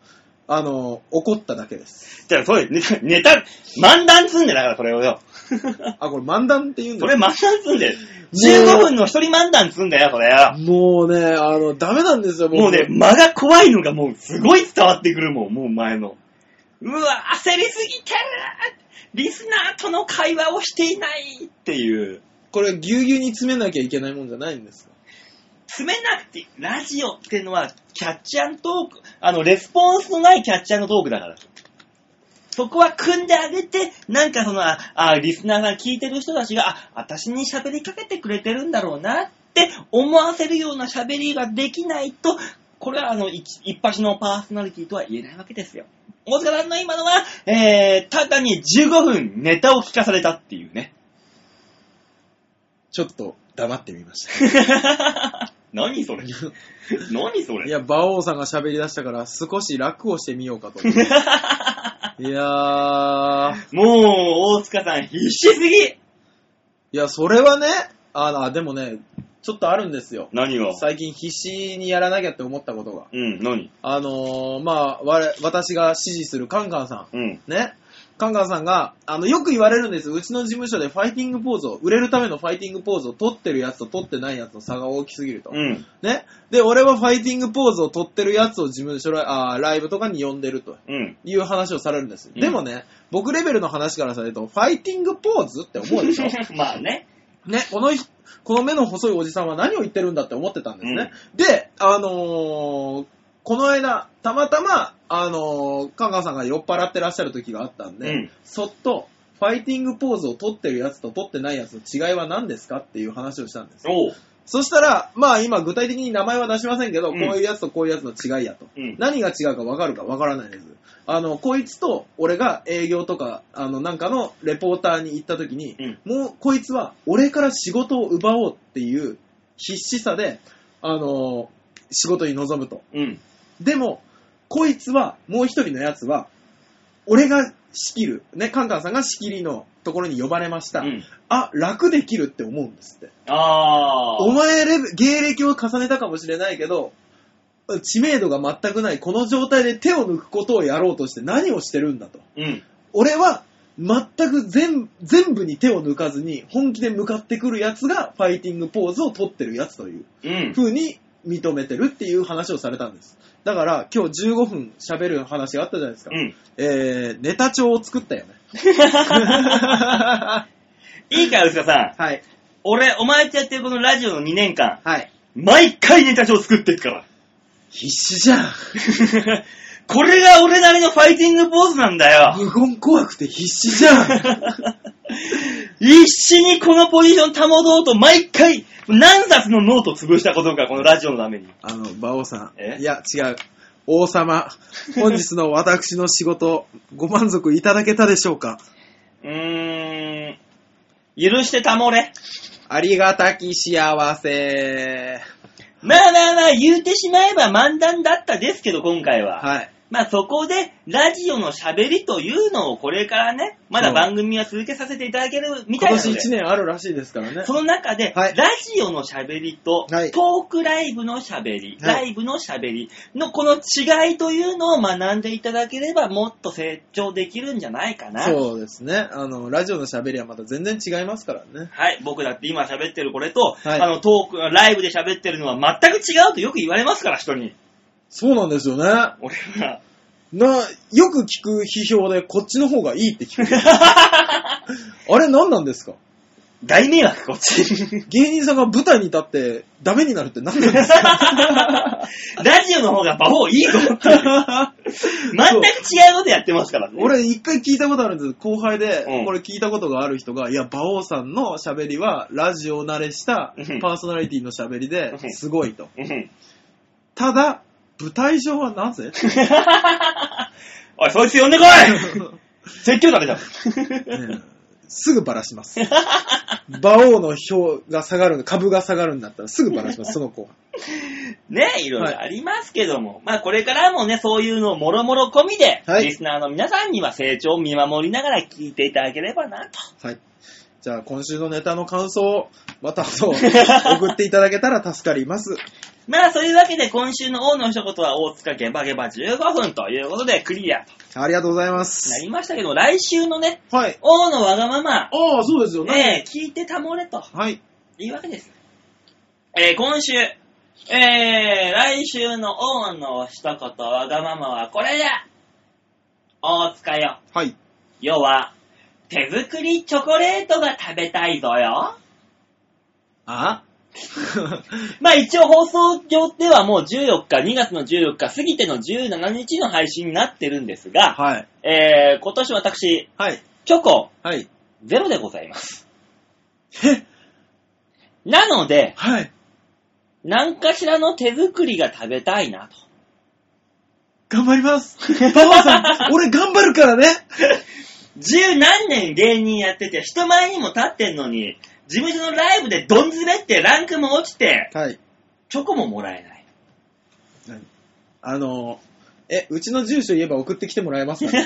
Speaker 3: あの、怒っただけです。
Speaker 2: じゃあ、そうです。ネタ、ネタ漫談つんでだから、それを よ。
Speaker 3: あ、これ漫談って言うん
Speaker 2: そ
Speaker 3: だ
Speaker 2: れ漫談つんで。15分の一人漫談つんだよ、それよ。
Speaker 3: もうね、あの、ダメなんですよ、僕
Speaker 2: もうね、。間が怖いのがもうすごい伝わってくるもん、もう前の。うわ、焦りすぎてるリスナーとの会話をしていないっていう。
Speaker 3: これ、ぎゅうぎゅうに詰めなきゃいけないもんじゃないんですか
Speaker 2: 詰めなくて、ラジオってのはキャッチアンドトーク、あの、レスポンスのないキャッチアンドトークだから。そこは組んであげて、なんかその、あ、あリスナーが聞いてる人たちが、あ、私に喋りかけてくれてるんだろうなって思わせるような喋りができないと、これはあの、一一発のパーソナリティとは言えないわけですよ。大塚さんの今のは、えー、ただに15分ネタを聞かされたっていうね。
Speaker 3: ちょっと、黙ってみまし
Speaker 2: 何それ何そ
Speaker 3: た。
Speaker 2: れ
Speaker 3: いや、馬王さんが喋り出したから、少し楽をしてみようか と。いやー、
Speaker 2: もう、大塚さん、必死すぎ
Speaker 3: いや、それはね、あの、あでもね、ちょっとあるんですよ。
Speaker 2: 何が
Speaker 3: 最近必死にやらなきゃって思ったことが。
Speaker 2: うん、何
Speaker 3: あのー、まあ、我々私が支持するカンカンさ
Speaker 2: うん。
Speaker 3: ん。ね。カンカンさんが、あの、よく言われるんです。うちの事務所でファイティングポーズを、売れるためのファイティングポーズを取ってるやつと取ってないやつの差が大きすぎると。
Speaker 2: うん。
Speaker 3: ね。で、俺はファイティングポーズを取ってるやつを事務所ライあーライブとかに呼んでると
Speaker 2: うん。
Speaker 3: いう話をされるんです。
Speaker 2: うん
Speaker 3: でもね、僕レベルの話からされると、ファイティングポーズって思うでしょ
Speaker 2: まあ ね。
Speaker 3: ね、このひ、この目の細いおじさんは何を言ってるんだって思ってたんですね。で、あのーこの間、たまたま、あのー、カンカンさんが酔っ払ってらっしゃる時があったんで、
Speaker 2: うん
Speaker 3: そっと、ファイティングポーズを取ってるやつと取ってないやつの違いは何ですかっていう話をしたんです。
Speaker 2: おう。
Speaker 3: そしたら、まあ今具体的に名前は出しませんけど、
Speaker 2: うん
Speaker 3: こういうやつとこういうやつの違いやと。
Speaker 2: うん
Speaker 3: 何が違うか分かるか分からないです。あの、こいつと俺が営業とか、あの、なんかのレポーターに行った時に、もうこいつは俺から仕事を奪おうっていう必死さで、あの、仕事に臨むと。
Speaker 2: うん。
Speaker 3: でも、こいつは、もう一人のやつは、俺が仕切る。ね、カンカンさんが仕切りのところに呼ばれました。
Speaker 2: うん。
Speaker 3: あ、楽できるって思うんですって。
Speaker 2: あー。
Speaker 3: お前レベ、芸歴を重ねたかもしれないけど、知名度が全くないこの状態で手を抜くことをやろうとして何をしてるんだと。
Speaker 2: うん。
Speaker 3: 俺は全く全全部に手を抜かずに本気で向かってくるやつがファイティングポーズを取ってるやつという
Speaker 2: うん。
Speaker 3: 風に認めてるっていう話をされたんです。だから今日15分喋る話があったじゃないですか。
Speaker 2: うん。
Speaker 3: えー、ネタ帳を作ったよね。
Speaker 2: いいか、吉田さん。
Speaker 3: はい。
Speaker 2: 俺、お前とやってるこのラジオの2年間、
Speaker 3: はい。
Speaker 2: 毎回ネタ帳作ってっから。
Speaker 3: 必死じゃん。
Speaker 2: これが俺なりのファイティングポーズなんだよ。
Speaker 3: 無言怖くて必死じゃん。
Speaker 2: 必死にこのポジション保とうと毎回何冊のノート潰したことか、このラジオのために。
Speaker 3: あの、馬王さ
Speaker 2: え
Speaker 3: ん。いや、違う。王様、本日の私の仕事、 ご満足いただけたでしょうか
Speaker 2: うーん。許してたもれ。
Speaker 3: ありがたき幸せ。
Speaker 2: まあまあまあ言うてしまえば漫談だったですけど、今回は。
Speaker 3: はい。
Speaker 2: まあそこで、ラジオの喋りというのをこれからね、まだ番組は続けさせていただけるみた
Speaker 3: 今
Speaker 2: いなの
Speaker 3: 年
Speaker 2: で。
Speaker 3: 1年あるらしいですからね。
Speaker 2: その中で、
Speaker 3: はい
Speaker 2: ラジオの喋りと、
Speaker 3: はい
Speaker 2: トークライブの喋り、
Speaker 3: はい
Speaker 2: ライブの喋りのこの違いというのを学んでいただければ、もっと成長できるんじゃないかな。
Speaker 3: そうですね。あの、ラジオの喋りはまた全然違いますからね。
Speaker 2: はい、僕だって今喋ってるこれと、
Speaker 3: はい
Speaker 2: あのトーク、ライブで喋ってるのは全く違うとよく言われますから、人に。
Speaker 3: そうなんですよね。な、
Speaker 2: 俺は。
Speaker 3: よく聞く批評でこっちの方がいいって 聞く。あれ何なんですか
Speaker 2: 大迷惑、こっ ち。
Speaker 3: 芸人さんが舞台に立ってダメになるって何なんですか
Speaker 2: ラジオの方が馬王いいと思って る。全く違うことやってますからね。
Speaker 3: 俺一回聞いたことあるんです後輩で
Speaker 2: うん
Speaker 3: これ聞いたことがある人が、いや、馬王さんの喋りはラジオ慣れした
Speaker 2: うん
Speaker 3: パーソナリティの喋りで
Speaker 2: うん
Speaker 3: すごいと。
Speaker 2: うん。
Speaker 3: ただ、舞台上はな ぜ
Speaker 2: おい、そいつ呼んでこ い説教だけじゃん。
Speaker 3: うんすぐバラします。馬王の票が下がる、株が下がるんだったらすぐバラします、その子は。
Speaker 2: ね、いろいろありますけども、まあこれからもね、そういうのをもろもろ込みで、
Speaker 3: はい
Speaker 2: リスナーの皆さんには成長を見守りながら聞いていただければなと。
Speaker 3: はい。じゃあ、今週のネタの感想を、また、 そう、送っていただけたら助かります。
Speaker 2: まあそういうわけで今週の王の一言は大塚ゲバゲバ15分ということでクリアと
Speaker 3: ありがとうございま
Speaker 2: な
Speaker 3: す。
Speaker 2: りましたけど、来週のね、
Speaker 3: はい。
Speaker 2: 王のわがまま、
Speaker 3: ああ、そうですよね。
Speaker 2: ね、聞いてたもれと
Speaker 3: はい。
Speaker 2: いうわけです。えー今週、えー、来週の王の一言わがままはこれだ大塚よ。
Speaker 3: はい。
Speaker 2: 要は、手作りチョコレートが食べたいぞよ。
Speaker 3: あ
Speaker 2: まあ一応放送上ではもう14日、2月の14日、過ぎての17日の配信になってるんですが、
Speaker 3: はい。
Speaker 2: えー、今年私、
Speaker 3: はい。
Speaker 2: チョコ
Speaker 3: はい。
Speaker 2: ゼロでございます。
Speaker 3: え
Speaker 2: なので、
Speaker 3: はい。
Speaker 2: 何かしらの手作りが食べたいなと。
Speaker 3: 頑張り ます。パパさん、俺頑張るからね。
Speaker 2: 十何年芸人やってて、人前にも立ってんのに、事務所のライブでどんずれってランクも落ちて、
Speaker 3: はい。
Speaker 2: チョコももらえない。
Speaker 3: あのー、え、うちの住所言えば送ってきてもらえますか ね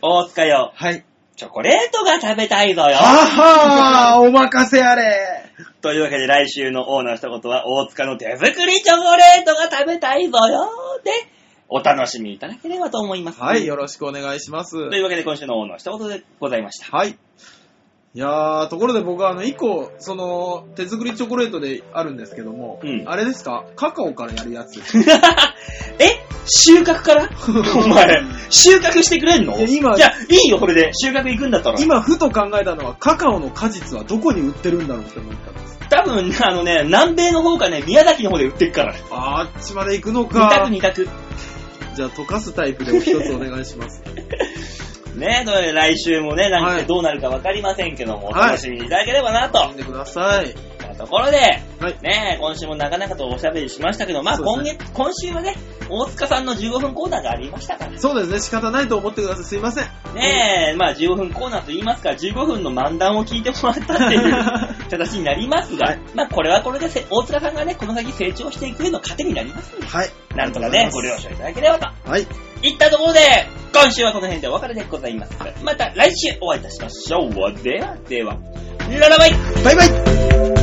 Speaker 2: 大塚よ、
Speaker 3: はい。
Speaker 2: チョコレートが食べたいぞよ。
Speaker 3: あは ーお任せあれ
Speaker 2: というわけで来週のオーナーしたことは大塚の手作りチョコレートが食べたいぞよでお楽しみいただければと思います。
Speaker 3: はい、
Speaker 2: と
Speaker 3: よろしくお願いします。
Speaker 2: いうわけで今週のオーナーしたことでございました。
Speaker 3: はい。いやー、ところで僕はあの、一個、その、手作りチョコレートであるんですけども、
Speaker 2: うん
Speaker 3: あれですかカカオからやるやつ。い
Speaker 2: え収穫から お前、収穫してくれんの
Speaker 3: や今
Speaker 2: じゃあ、いいよ、これで。収穫行くんだったら。
Speaker 3: 今、ふと考えたのは、カカオの果実はどこに売ってるんだろうって思ったんです。
Speaker 2: 多分、あのね、南米の方かね、宮崎の方で売ってるから。
Speaker 3: あーあっちまで行くの
Speaker 2: 二
Speaker 3: か
Speaker 2: 択。二択。
Speaker 3: じゃあ、溶かすタイプでお一つお願いします。
Speaker 2: ねというわけで来週もね、なん
Speaker 3: は
Speaker 2: か
Speaker 3: い
Speaker 2: どうなるかわかりませんけども、お
Speaker 3: はい
Speaker 2: 楽しみいただければなと。
Speaker 3: 飲んでください。
Speaker 2: というところで、
Speaker 3: はい。
Speaker 2: ねえ、今週もなかなかとおしゃべりしましたけど、まあ
Speaker 3: そ
Speaker 2: 今
Speaker 3: うで
Speaker 2: 月、今週はね、大塚さんの15分コーナーがありましたから、
Speaker 3: そうですね、仕方ないと思ってください。すいません。
Speaker 2: ねえ、まあ15分コーナーと言いますから、15分の漫談を聞いてもらったっていう 形になりますが、
Speaker 3: はい
Speaker 2: まあこれはこれでせ大塚さんがね、この先成長していく上の糧になりますんで、
Speaker 3: はい。
Speaker 2: なんとかね、ご了承いただければと。
Speaker 3: はい。
Speaker 2: いったところで、今週はこの辺でお別れでございます。また来週お会いいたしましょう。では、では、ララバイ
Speaker 3: バイバイ